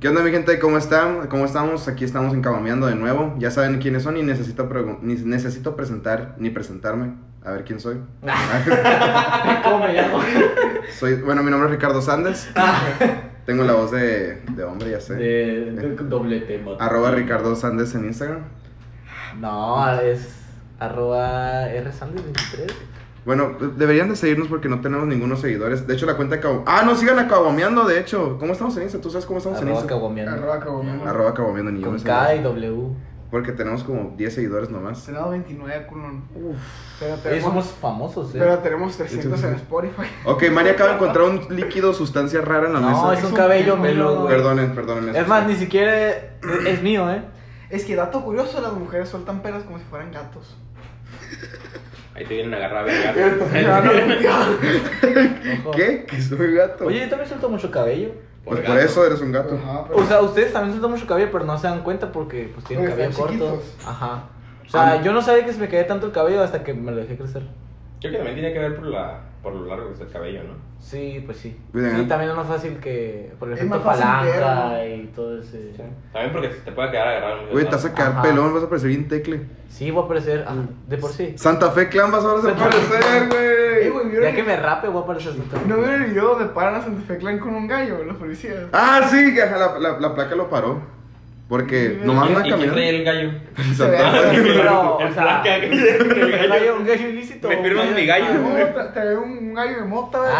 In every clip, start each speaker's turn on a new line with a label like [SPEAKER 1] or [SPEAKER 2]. [SPEAKER 1] ¿Qué onda mi gente? ¿Cómo están? ¿Cómo estamos? Aquí estamos en Cabameando de nuevo. Ya saben quiénes son y necesito, pregu- ni necesito presentar ni presentarme. A ver quién soy.
[SPEAKER 2] ¿Cómo me llamo?
[SPEAKER 1] soy bueno, mi nombre es Ricardo Sandes. Tengo la voz de, de hombre, ya sé.
[SPEAKER 2] De, de doble tema.
[SPEAKER 1] Arroba Ricardo Sandes en Instagram.
[SPEAKER 3] No, es arroba rsanders23.
[SPEAKER 1] Bueno, deberían de seguirnos porque no tenemos ningunos seguidores. De hecho, la cuenta de Cabo... Ah, no, sigan a Cabomeando, de hecho. ¿Cómo estamos en Insta? ¿Tú sabes cómo estamos en
[SPEAKER 3] Arroba
[SPEAKER 1] Insta?
[SPEAKER 3] caguameando.
[SPEAKER 4] Arroba Caguameando.
[SPEAKER 1] Arroba Cabomeando, ni yo
[SPEAKER 3] Con
[SPEAKER 1] me sé.
[SPEAKER 3] K eh. y W.
[SPEAKER 1] Porque tenemos como 10 seguidores nomás.
[SPEAKER 4] Senado 29, culón. Pero
[SPEAKER 3] Oye,
[SPEAKER 4] tenemos,
[SPEAKER 3] somos famosos, eh.
[SPEAKER 4] pero tenemos 300 en Spotify.
[SPEAKER 1] Ok, María acaba de encontrar un líquido, sustancia rara en la mesa.
[SPEAKER 3] No, es
[SPEAKER 4] Es
[SPEAKER 3] un
[SPEAKER 4] un
[SPEAKER 3] cabello
[SPEAKER 4] pelo,
[SPEAKER 3] melo, güey.
[SPEAKER 1] Perdonen, perdonen.
[SPEAKER 3] Es más, ni siquiera es, es mío, eh.
[SPEAKER 4] Es que dato curioso, las mujeres sueltan peras como si fueran gatos.
[SPEAKER 5] Ahí te vienen a agarrar a
[SPEAKER 4] Ya no, Pues
[SPEAKER 5] verga.
[SPEAKER 4] tío.
[SPEAKER 3] Ojo.
[SPEAKER 1] ¿Qué? Que soy gato.
[SPEAKER 3] Oye, yo también suelto mucho cabello.
[SPEAKER 1] pues por eso eres un gato.
[SPEAKER 4] Ajá, pero-
[SPEAKER 3] O sea, ustedes también sueltan mucho cabello, pero no se dan cuenta porque pues tienen
[SPEAKER 4] Porque
[SPEAKER 3] cabello corto.
[SPEAKER 4] están
[SPEAKER 3] Ajá. O sea,
[SPEAKER 1] Ah.
[SPEAKER 3] yo no sabía que se me caía tanto el cabello hasta que me lo dejé crecer.
[SPEAKER 5] Creo que también tiene que ver por, la, por lo largo que es el cabello, ¿no?
[SPEAKER 3] Sí, pues sí.
[SPEAKER 1] Bien.
[SPEAKER 3] Sí, también es más fácil que por el
[SPEAKER 4] Es
[SPEAKER 3] efecto
[SPEAKER 4] más fácil
[SPEAKER 3] palanca
[SPEAKER 4] verlo.
[SPEAKER 3] y todo ese.
[SPEAKER 5] También porque te puede quedar agarrado. en un
[SPEAKER 1] Güey, te vas a quedar
[SPEAKER 3] Ajá.
[SPEAKER 1] pelón, vas a parecer bien tecle.
[SPEAKER 3] Sí, voy a aparecer. ajá,
[SPEAKER 4] Mm.
[SPEAKER 3] de por sí.
[SPEAKER 1] Santa Fe Clan vas ahora a parecer,
[SPEAKER 4] Ey,
[SPEAKER 1] güey.
[SPEAKER 4] güey, ¿vieron
[SPEAKER 3] Ya
[SPEAKER 4] el-
[SPEAKER 3] que me rape, voy a aparecer. Santa Fe.
[SPEAKER 4] ¿No vieron el video donde paran a Santa Fe Clan con un gallo, los policías?
[SPEAKER 1] Ah, sí, que ajá, la, la- la placa lo paró. Porque
[SPEAKER 4] ¿Y-
[SPEAKER 1] nomás
[SPEAKER 5] ¿Y,
[SPEAKER 1] anda
[SPEAKER 5] ¿Y quién traía
[SPEAKER 1] caminando.
[SPEAKER 5] el gallo?
[SPEAKER 1] Santa Fe.
[SPEAKER 3] Pero, o
[SPEAKER 5] En
[SPEAKER 3] sea,
[SPEAKER 5] placa, que- que el
[SPEAKER 3] un
[SPEAKER 5] gallo-
[SPEAKER 3] gallo, un gallo ilícito.
[SPEAKER 5] Me
[SPEAKER 3] un
[SPEAKER 5] firmas mi
[SPEAKER 4] Ah,
[SPEAKER 5] gallo.
[SPEAKER 4] no, tra- trae un, un gallo de mota, güey.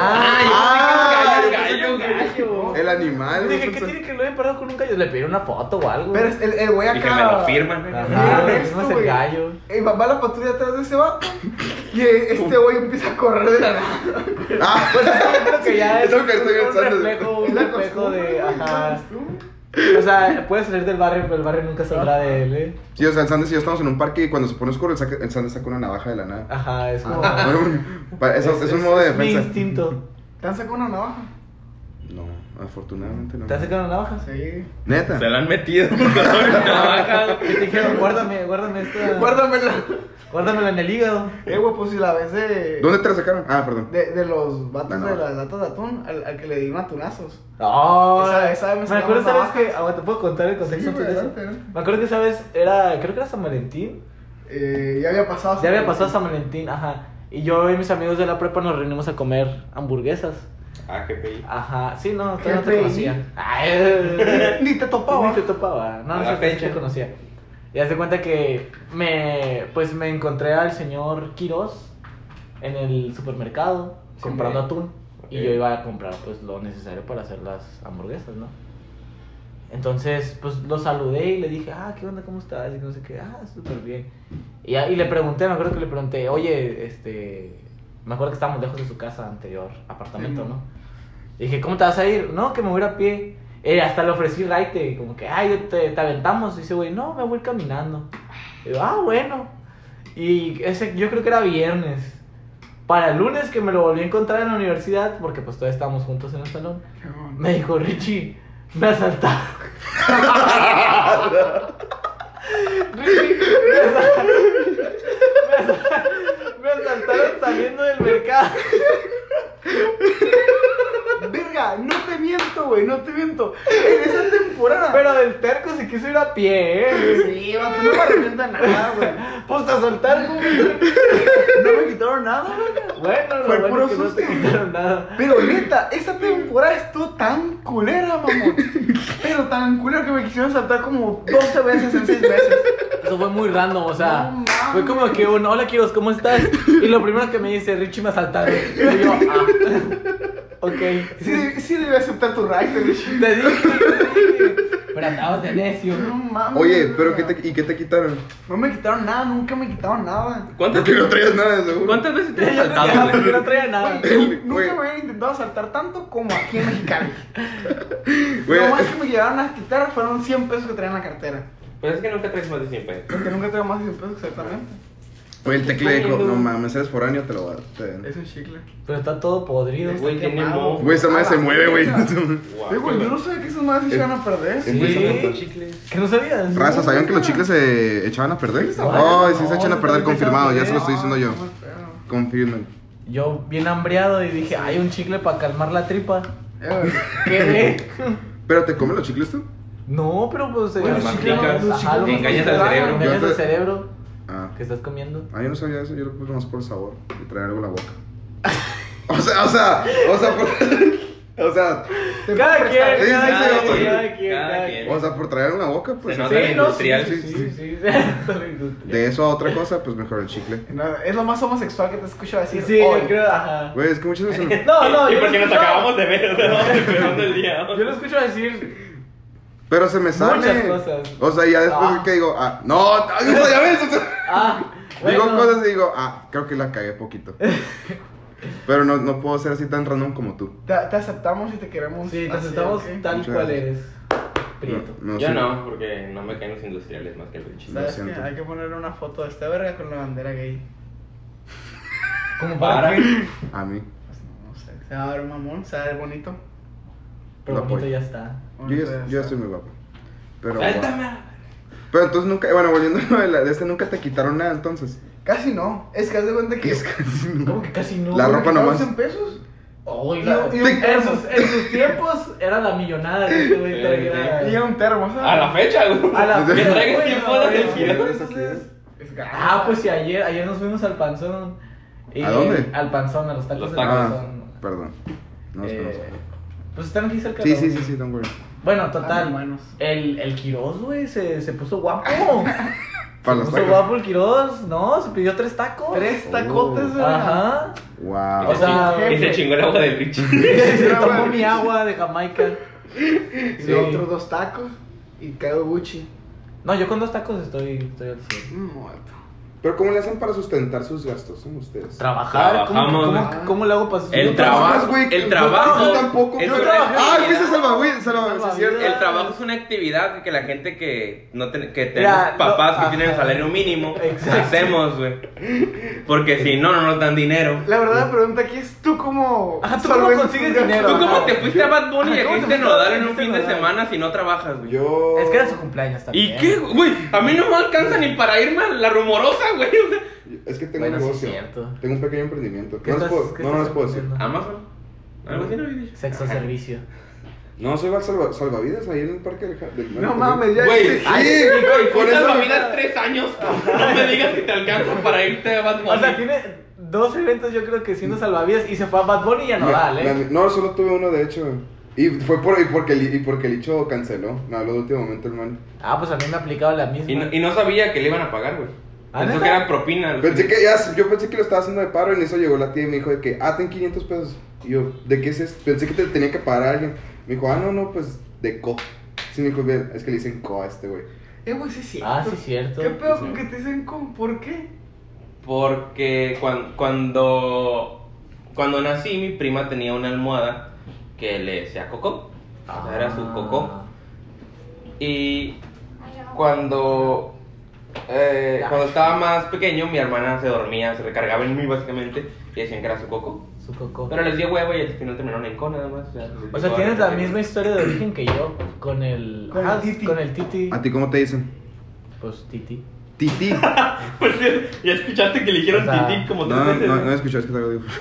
[SPEAKER 3] Ah,
[SPEAKER 5] Ah,
[SPEAKER 3] yo pensé que era un
[SPEAKER 5] gallo,
[SPEAKER 3] gallo.
[SPEAKER 1] El
[SPEAKER 4] Ah,
[SPEAKER 1] animal.
[SPEAKER 3] Dije,
[SPEAKER 1] güey,
[SPEAKER 3] ¿qué
[SPEAKER 1] pensé-
[SPEAKER 3] tiene que lo hayan parado con un gallo? Le pedí una foto o algo.
[SPEAKER 4] Pero es- el, el güey acá.
[SPEAKER 5] Y que me lo firman.
[SPEAKER 3] Ajá,
[SPEAKER 4] Miren
[SPEAKER 3] le
[SPEAKER 4] esto,
[SPEAKER 3] firmas el
[SPEAKER 4] güey.
[SPEAKER 3] gallo.
[SPEAKER 4] Ey, va va la patrulla atrás de ese vato. Y eh, este güey empieza a correr de la nada.
[SPEAKER 1] Ah,
[SPEAKER 3] Pues es que yo creo que ya es
[SPEAKER 1] Eso
[SPEAKER 3] un,
[SPEAKER 1] que estoy
[SPEAKER 3] un
[SPEAKER 1] pensando.
[SPEAKER 3] reflejo,
[SPEAKER 4] Es
[SPEAKER 3] un
[SPEAKER 4] la
[SPEAKER 3] reflejo
[SPEAKER 4] costumbre,
[SPEAKER 3] de,
[SPEAKER 4] güey, es la
[SPEAKER 3] ajá.
[SPEAKER 4] costumbre.
[SPEAKER 3] O sea, puedes salir del barrio, pero el barrio nunca saldrá de él, eh.
[SPEAKER 1] sí, o sea, el Sandes y yo estamos en un parque y cuando se pone oscuro, el, saca- el Sandes saca una navaja de la nada.
[SPEAKER 3] Ajá,
[SPEAKER 4] Ah.
[SPEAKER 3] es como...
[SPEAKER 1] Bueno, para- eso- es, un modo de
[SPEAKER 3] Ah. es Mi
[SPEAKER 1] defensa.
[SPEAKER 3] instinto.
[SPEAKER 4] ¿Te han sacado una navaja?
[SPEAKER 1] No, afortunadamente no.
[SPEAKER 3] ¿Te has sacado una navaja?
[SPEAKER 4] Sí.
[SPEAKER 1] Neta.
[SPEAKER 5] Se lo han metido con una navaja.
[SPEAKER 3] ¿Qué te dijeron? Guárdame, guárdame esta...
[SPEAKER 4] Guárdamela.
[SPEAKER 3] Guárdamela en el hígado.
[SPEAKER 4] Eh, güey, pues si la ves de.
[SPEAKER 1] ¿Dónde te la sacaron? Ah, perdón.
[SPEAKER 4] De, de los vatos
[SPEAKER 1] La
[SPEAKER 4] de
[SPEAKER 1] navaja.
[SPEAKER 4] las latas de atún al, al que le di matunazos.
[SPEAKER 3] No,
[SPEAKER 4] Esa- esa me
[SPEAKER 3] me
[SPEAKER 4] sonaba
[SPEAKER 3] acuerdo
[SPEAKER 4] más
[SPEAKER 3] esa vez
[SPEAKER 4] navajas.
[SPEAKER 3] que. Aguanta, ¿puedo contar el contexto
[SPEAKER 4] Sí,
[SPEAKER 3] antes de eso?
[SPEAKER 4] adelante, adelante.
[SPEAKER 3] Me acuerdo que esa vez era. Creo que era San Valentín.
[SPEAKER 4] Eh, ya había pasado.
[SPEAKER 3] Ya había pasado San Valentín, ajá. Y yo y mis amigos de la prepa nos reunimos a comer hamburguesas.
[SPEAKER 5] Ah, qué bello.
[SPEAKER 3] Ajá. Sí, no, todavía no
[SPEAKER 4] Jefe,
[SPEAKER 3] te
[SPEAKER 4] ¿y?
[SPEAKER 3] conocía. Ay,
[SPEAKER 4] Ni te topaba.
[SPEAKER 3] Ni te topaba. No,
[SPEAKER 5] A
[SPEAKER 3] no
[SPEAKER 5] la
[SPEAKER 3] sé, pero sí
[SPEAKER 5] fecha.
[SPEAKER 3] te conocía. Y hace cuenta que me. Pues me encontré al señor Quirós en el supermercado comprando
[SPEAKER 4] güey.
[SPEAKER 3] atún. Y
[SPEAKER 5] Ok.
[SPEAKER 3] yo iba a comprar pues lo necesario para hacer las hamburguesas, ¿no? Entonces, pues lo saludé y le dije, ah, ¿qué onda? ¿Cómo estás? Y no sé qué, ah, súper bien. Y, a- y le pregunté, me acuerdo que le pregunté, oye, este, me acuerdo que estábamos lejos de su casa anterior, apartamento,
[SPEAKER 4] Sí,
[SPEAKER 3] ¿no? Y dije, ¿cómo te vas a ir? No, que me voy a ir a pie. Eh, hasta le ofrecí raite, como que, ay, yo te, te aventamos. Y dice, güey, no, me voy a ir caminando. Y yo, ah, bueno. Y ese, yo creo que era viernes. Para el lunes que me lo volví a encontrar en la universidad, porque pues todavía estábamos juntos en el salón, me dijo, Richie, me asaltaron. Richie, me asaltaron. Me asal- Me asaltaron saliendo del mercado.
[SPEAKER 4] Verga, no te miento, güey, no te miento. En esa temporada.
[SPEAKER 3] Pero del terco se quiso ir a pie, ¿eh?
[SPEAKER 4] Sí, vato, no me arrepiento de nada, güey.
[SPEAKER 3] Pues te asaltaron.
[SPEAKER 4] No me quitaron nada, güey.
[SPEAKER 3] Bueno,
[SPEAKER 4] Fue
[SPEAKER 3] lo bueno
[SPEAKER 4] puro
[SPEAKER 3] es que no te
[SPEAKER 4] susto.
[SPEAKER 3] quitaron nada.
[SPEAKER 4] Pero neta, esa temporada estuvo tan culera, mamón. Pero tan culera que me quisieron saltar como 12 veces en 6 meses.
[SPEAKER 3] Eso fue muy random, o sea,
[SPEAKER 4] No
[SPEAKER 3] fue
[SPEAKER 4] mames.
[SPEAKER 3] como que un hola Kiros, ¿cómo estás? Y lo primero que me dice, Richie me asaltaron. Y yo, ah, ok.
[SPEAKER 4] Sí, sí debí aceptar tu raid, güey.
[SPEAKER 3] Te dije, te dije. Pero andabas de necio.
[SPEAKER 4] No mames.
[SPEAKER 1] Oye, pero ¿qué
[SPEAKER 4] verga.
[SPEAKER 1] te, ¿y qué te quitaron?
[SPEAKER 4] No me quitaron nada, nunca me quitaron nada.
[SPEAKER 5] ¿Cuántas,
[SPEAKER 1] Porque no traías nada de seguro.
[SPEAKER 5] ¿Cuántas veces te has
[SPEAKER 3] Ya,
[SPEAKER 5] saltado?
[SPEAKER 3] porque no traía nada.
[SPEAKER 1] El-
[SPEAKER 4] Nunca me habían intentado asaltar tanto como aquí en Mexicali.
[SPEAKER 1] Güey,
[SPEAKER 4] Lo más que me llegaron a quitar fueron 100 pesos que traía en la cartera.
[SPEAKER 5] Pues es que nunca traes más de 100 pesos.
[SPEAKER 4] Porque nunca traigo más de 100 pesos exactamente.
[SPEAKER 1] Güey, el tecle dijo, no mames, eres foráneo, te lo voy a... te-
[SPEAKER 4] Es un chicle.
[SPEAKER 3] Pero está todo podrido.
[SPEAKER 5] Güey,
[SPEAKER 4] Está
[SPEAKER 5] tiene
[SPEAKER 4] quemado.
[SPEAKER 5] moho.
[SPEAKER 1] Güey, esa madre
[SPEAKER 4] A
[SPEAKER 1] se
[SPEAKER 4] la
[SPEAKER 1] mueve, güey.
[SPEAKER 4] verga. Oye, güey, yo no sabía que esas madres se iban a perder.
[SPEAKER 1] Sí.
[SPEAKER 5] chicles.
[SPEAKER 3] ¿Que no sabías?
[SPEAKER 1] Raza, ¿sabían que los chicles se echaban a perder?
[SPEAKER 4] Sí,
[SPEAKER 1] Ay, sí
[SPEAKER 3] no,
[SPEAKER 1] se echan a
[SPEAKER 3] yo
[SPEAKER 1] perder,
[SPEAKER 3] también
[SPEAKER 1] confirmado, ya se lo
[SPEAKER 3] pensaba
[SPEAKER 1] estoy diciendo yo.
[SPEAKER 4] No, pero-
[SPEAKER 1] Confirmen.
[SPEAKER 3] Yo bien hambreado y dije, hay un chicle para calmar la tripa.
[SPEAKER 4] Eh, güey.
[SPEAKER 3] ¿Qué?
[SPEAKER 1] ¿Pero te comen los chicles tú?
[SPEAKER 3] no, pero pues.
[SPEAKER 5] Bueno,
[SPEAKER 3] eh,
[SPEAKER 5] masticas,
[SPEAKER 3] ajá,
[SPEAKER 5] los
[SPEAKER 3] ajá,
[SPEAKER 5] chicles- engañas al
[SPEAKER 3] masticas,
[SPEAKER 5] cerebro.
[SPEAKER 3] Engañas
[SPEAKER 1] Yo
[SPEAKER 3] al
[SPEAKER 1] te-
[SPEAKER 3] cerebro
[SPEAKER 1] Ah.
[SPEAKER 3] que estás comiendo.
[SPEAKER 1] Ah, yo no sabía eso, yo lo puse más por el sabor y traer algo en la boca. O sea, o sea, o sea, por, o sea, te-
[SPEAKER 3] Cada quien, cada
[SPEAKER 1] Sí,
[SPEAKER 3] quien,
[SPEAKER 1] sí,
[SPEAKER 3] cada
[SPEAKER 1] sí, sí.
[SPEAKER 3] quien,
[SPEAKER 5] Cada
[SPEAKER 3] cada
[SPEAKER 5] quien.
[SPEAKER 3] quien.
[SPEAKER 1] o sea, por traer algo en la boca, pues.
[SPEAKER 5] Se
[SPEAKER 1] o
[SPEAKER 5] nota
[SPEAKER 1] sea,
[SPEAKER 5] la industrial.
[SPEAKER 3] Sí, sí, sí, sí, sí, la industrial.
[SPEAKER 1] De eso a otra cosa, pues mejor el chicle.
[SPEAKER 4] No, Es lo más homosexual que te escucho
[SPEAKER 3] Sí,
[SPEAKER 4] decir.
[SPEAKER 3] sí,
[SPEAKER 4] hoy.
[SPEAKER 3] yo creo, ajá.
[SPEAKER 1] Güey, es que muchas veces. me-
[SPEAKER 3] No, no,
[SPEAKER 5] y
[SPEAKER 3] yo lo
[SPEAKER 5] porque nos
[SPEAKER 3] escucho-
[SPEAKER 5] acabamos de ver, estábamos empezando el día.
[SPEAKER 3] Yo lo escucho decir.
[SPEAKER 1] Pero se me sale.
[SPEAKER 3] Muchas cosas.
[SPEAKER 1] O sea, ya después
[SPEAKER 3] Ah.
[SPEAKER 1] que digo, ah, no, ah, o sea, ya ves. o sea,
[SPEAKER 3] Ah,
[SPEAKER 1] digo
[SPEAKER 3] bueno.
[SPEAKER 1] cosas y digo, ah, creo que la cagué poquito. Pero no, no puedo ser así tan random como tú.
[SPEAKER 4] Te, te aceptamos y te queremos.
[SPEAKER 3] Sí, te
[SPEAKER 4] así,
[SPEAKER 3] aceptamos
[SPEAKER 4] ¿ok?
[SPEAKER 3] tal
[SPEAKER 1] Muchas
[SPEAKER 3] cual
[SPEAKER 1] gracias.
[SPEAKER 3] eres. Prieto.
[SPEAKER 1] No, no,
[SPEAKER 5] Yo
[SPEAKER 1] sí.
[SPEAKER 5] no, porque no me caen los industriales más que el chiste.
[SPEAKER 4] ¿Sabes qué?
[SPEAKER 1] siento.
[SPEAKER 4] Hay que poner una foto de esta verga con la bandera gay.
[SPEAKER 3] Como
[SPEAKER 5] Para.
[SPEAKER 3] para.
[SPEAKER 1] A mí.
[SPEAKER 4] Pues no, no sé. Se va a ver mamón, se va a ver bonito.
[SPEAKER 3] Pero
[SPEAKER 1] Lo
[SPEAKER 3] bonito
[SPEAKER 1] apoyo.
[SPEAKER 3] ya está.
[SPEAKER 1] Yo,
[SPEAKER 4] Bonito,
[SPEAKER 1] ya-
[SPEAKER 4] ya
[SPEAKER 1] yo ya
[SPEAKER 4] está.
[SPEAKER 1] estoy muy guapo. Pero.
[SPEAKER 5] ¡Suéltame!
[SPEAKER 1] Pero entonces nunca, bueno, volviendo a lo de, la- de este, nunca te quitaron nada entonces.
[SPEAKER 4] Casi no. Es que haz de cuenta que.
[SPEAKER 1] Es casi
[SPEAKER 3] ¿Cómo
[SPEAKER 1] nunca.
[SPEAKER 3] que casi no?
[SPEAKER 1] La
[SPEAKER 4] ¿Me
[SPEAKER 1] ropa
[SPEAKER 4] quitaron
[SPEAKER 1] nomás.
[SPEAKER 4] 100 pesos?
[SPEAKER 3] Uy,
[SPEAKER 4] Y
[SPEAKER 3] la-
[SPEAKER 4] un- y un
[SPEAKER 3] en,
[SPEAKER 4] termo.
[SPEAKER 3] sus, en sus tiempos era la millonada de este güey.
[SPEAKER 5] Sí,
[SPEAKER 3] todavía
[SPEAKER 5] sí.
[SPEAKER 4] Y
[SPEAKER 3] era-
[SPEAKER 4] era un termo, ¿sabes?
[SPEAKER 5] A la fecha, güey.
[SPEAKER 3] A la
[SPEAKER 1] Que
[SPEAKER 3] fecha,
[SPEAKER 5] traigas
[SPEAKER 3] güey,
[SPEAKER 5] cien
[SPEAKER 3] no,
[SPEAKER 5] bolas del
[SPEAKER 3] güey.
[SPEAKER 5] fiel.
[SPEAKER 4] Es gato.
[SPEAKER 3] Ah, pues sí, ayer, ayer nos fuimos al panzón. Y-
[SPEAKER 1] ¿A dónde?
[SPEAKER 3] Al panzón, a los tacos
[SPEAKER 5] Los
[SPEAKER 3] del
[SPEAKER 5] tacos.
[SPEAKER 1] Ah,
[SPEAKER 3] panzón.
[SPEAKER 1] perdón. No los
[SPEAKER 3] Eh,
[SPEAKER 1] conozco.
[SPEAKER 3] Pues están aquí cerca.
[SPEAKER 1] Sí,
[SPEAKER 3] ¿no?
[SPEAKER 1] sí, sí, sí, don't worry.
[SPEAKER 3] Bueno,
[SPEAKER 4] Ah,
[SPEAKER 3] total.
[SPEAKER 4] buenos.
[SPEAKER 3] El, el Quiroz, güey, se, se puso guapo.
[SPEAKER 1] Para
[SPEAKER 3] se
[SPEAKER 1] los
[SPEAKER 3] puso
[SPEAKER 1] tacos.
[SPEAKER 3] guapo el Quiroz, ¿no? Se pidió tres tacos.
[SPEAKER 4] Tres tacotes, güey.
[SPEAKER 3] Ajá.
[SPEAKER 1] Wow.
[SPEAKER 3] O sea,
[SPEAKER 5] Y se chingó el agua del Richie.
[SPEAKER 3] se
[SPEAKER 4] Era
[SPEAKER 3] tomó
[SPEAKER 4] bueno.
[SPEAKER 3] mi agua de Jamaica.
[SPEAKER 4] Y
[SPEAKER 3] Sí.
[SPEAKER 4] otros dos tacos. Y cago Gucci.
[SPEAKER 3] No, yo con dos tacos estoy, estoy al cien.
[SPEAKER 4] Muerto.
[SPEAKER 1] Pero ¿cómo le hacen para sustentar sus gastos? Son ustedes.
[SPEAKER 3] Trabajar, ¿cómo,
[SPEAKER 5] Trabajamos,
[SPEAKER 3] cómo-
[SPEAKER 4] güey.
[SPEAKER 3] cómo le hago para
[SPEAKER 5] El
[SPEAKER 3] trabajo
[SPEAKER 5] trabajo.
[SPEAKER 1] güey,
[SPEAKER 5] El
[SPEAKER 1] no
[SPEAKER 5] trabajo.
[SPEAKER 1] trabajas tampoco.
[SPEAKER 5] es
[SPEAKER 1] Yo
[SPEAKER 5] una
[SPEAKER 3] trabajo.
[SPEAKER 1] Ah,
[SPEAKER 5] actividad.
[SPEAKER 1] el es salvavidas, salvavidas, sí, es cierto.
[SPEAKER 5] El trabajo es una actividad que la gente que no ten- que tenemos
[SPEAKER 3] Mira, no,
[SPEAKER 5] papás que
[SPEAKER 3] ajá.
[SPEAKER 5] tienen el salario mínimo
[SPEAKER 3] Exacto.
[SPEAKER 5] hacemos, güey. Porque si no, no nos dan dinero.
[SPEAKER 4] La verdad, la pregunta aquí es: ¿tú cómo.
[SPEAKER 3] Ajá, ¿tú cómo
[SPEAKER 4] solventas
[SPEAKER 3] consigues
[SPEAKER 4] tus
[SPEAKER 3] dinero?
[SPEAKER 5] ¿Tú
[SPEAKER 4] gastos?
[SPEAKER 5] cómo
[SPEAKER 3] Ajá.
[SPEAKER 5] te fuiste a Bad Bunny
[SPEAKER 3] Ajá,
[SPEAKER 5] y a
[SPEAKER 3] ¿cómo te
[SPEAKER 5] Cristian
[SPEAKER 3] fuiste a
[SPEAKER 5] Nodal en un
[SPEAKER 3] Cristian
[SPEAKER 5] fin de
[SPEAKER 3] Nodal?
[SPEAKER 5] semana si no trabajas, güey?
[SPEAKER 1] Yo.
[SPEAKER 3] Es que era su cumpleaños también.
[SPEAKER 5] ¿Y qué, güey? A mí no me alcanza ni para irme a la rumorosa, güey. O sea,
[SPEAKER 1] Es que tengo
[SPEAKER 3] Bueno,
[SPEAKER 1] un
[SPEAKER 3] sí,
[SPEAKER 1] negocio.
[SPEAKER 3] cierto.
[SPEAKER 1] Tengo un pequeño emprendimiento.
[SPEAKER 3] ¿Qué
[SPEAKER 1] No les
[SPEAKER 3] estás-
[SPEAKER 1] puedo,
[SPEAKER 3] qué
[SPEAKER 1] no, no
[SPEAKER 3] estás
[SPEAKER 1] les puedo decir.
[SPEAKER 3] haciendo?
[SPEAKER 5] Amazon. Algo así no había dicho.
[SPEAKER 3] Sexo servicio.
[SPEAKER 1] No, soy salva- salvavidas ahí en el parque del. Ja- del-
[SPEAKER 4] No mames, ya.
[SPEAKER 5] Güey,
[SPEAKER 1] Sí, güey, por
[SPEAKER 5] Por
[SPEAKER 1] eso.
[SPEAKER 5] eso tres años. No me digas que te alcanza para irte a Bad Bunny.
[SPEAKER 3] O sea, tiene dos eventos, yo creo que siendo salvavidas y se fue a Bad Bunny y a Nodal,
[SPEAKER 1] Me-
[SPEAKER 3] ¿eh?
[SPEAKER 1] me- no, solo tuve uno de hecho. Y fue por, y porque, el, y porque el Icho canceló. Me habló de último momento, hermano.
[SPEAKER 3] Ah, pues a mí me ha aplicado la misma.
[SPEAKER 5] Y no, y no sabía que le iban a pagar, güey.
[SPEAKER 3] ¿Ah,
[SPEAKER 5] Pensó
[SPEAKER 3] neta?
[SPEAKER 5] que era propina. güey.
[SPEAKER 1] Pensé que ya, yo pensé que lo estaba haciendo de paro y en eso llegó la tía y me dijo de que, ah, ten 500 pesos. Y yo, ¿de qué es esto? Pensé que te tenía que pagar a alguien. Me dijo, ah, no, no, pues de co. Sí, me dijo, bien, es que le dicen co a este güey.
[SPEAKER 4] Eh, güey, sí, es cierto.
[SPEAKER 3] Ah, sí, es cierto.
[SPEAKER 4] ¿Qué pedo
[SPEAKER 5] Sí.
[SPEAKER 4] con que te dicen con? ¿Por qué?
[SPEAKER 5] Porque cuan- cuando, cuando nací, mi prima tenía una almohada que le decía Coco. O
[SPEAKER 3] Ah,
[SPEAKER 5] sea, era su Coco. Y cuando, eh,
[SPEAKER 3] Ya.
[SPEAKER 5] cuando estaba más pequeño, mi hermana se dormía, se recargaba en mí básicamente y decían que era su Coco.
[SPEAKER 3] Su Coco.
[SPEAKER 5] Pero les dio huevo y al final terminaron en con nada más.
[SPEAKER 3] O sea, tienes la misma historia de origen que yo con el.
[SPEAKER 4] Con el
[SPEAKER 3] ah,
[SPEAKER 4] Titi.
[SPEAKER 3] Con el Titi.
[SPEAKER 1] ¿A ti cómo te dicen?
[SPEAKER 3] Pues Titi.
[SPEAKER 1] Titi.
[SPEAKER 5] Pues ya escuchaste que eligieron
[SPEAKER 3] O sea,
[SPEAKER 5] Titi como
[SPEAKER 1] No,
[SPEAKER 5] tres
[SPEAKER 1] no,
[SPEAKER 5] veces.
[SPEAKER 1] no, escuchas que traigo audífonos.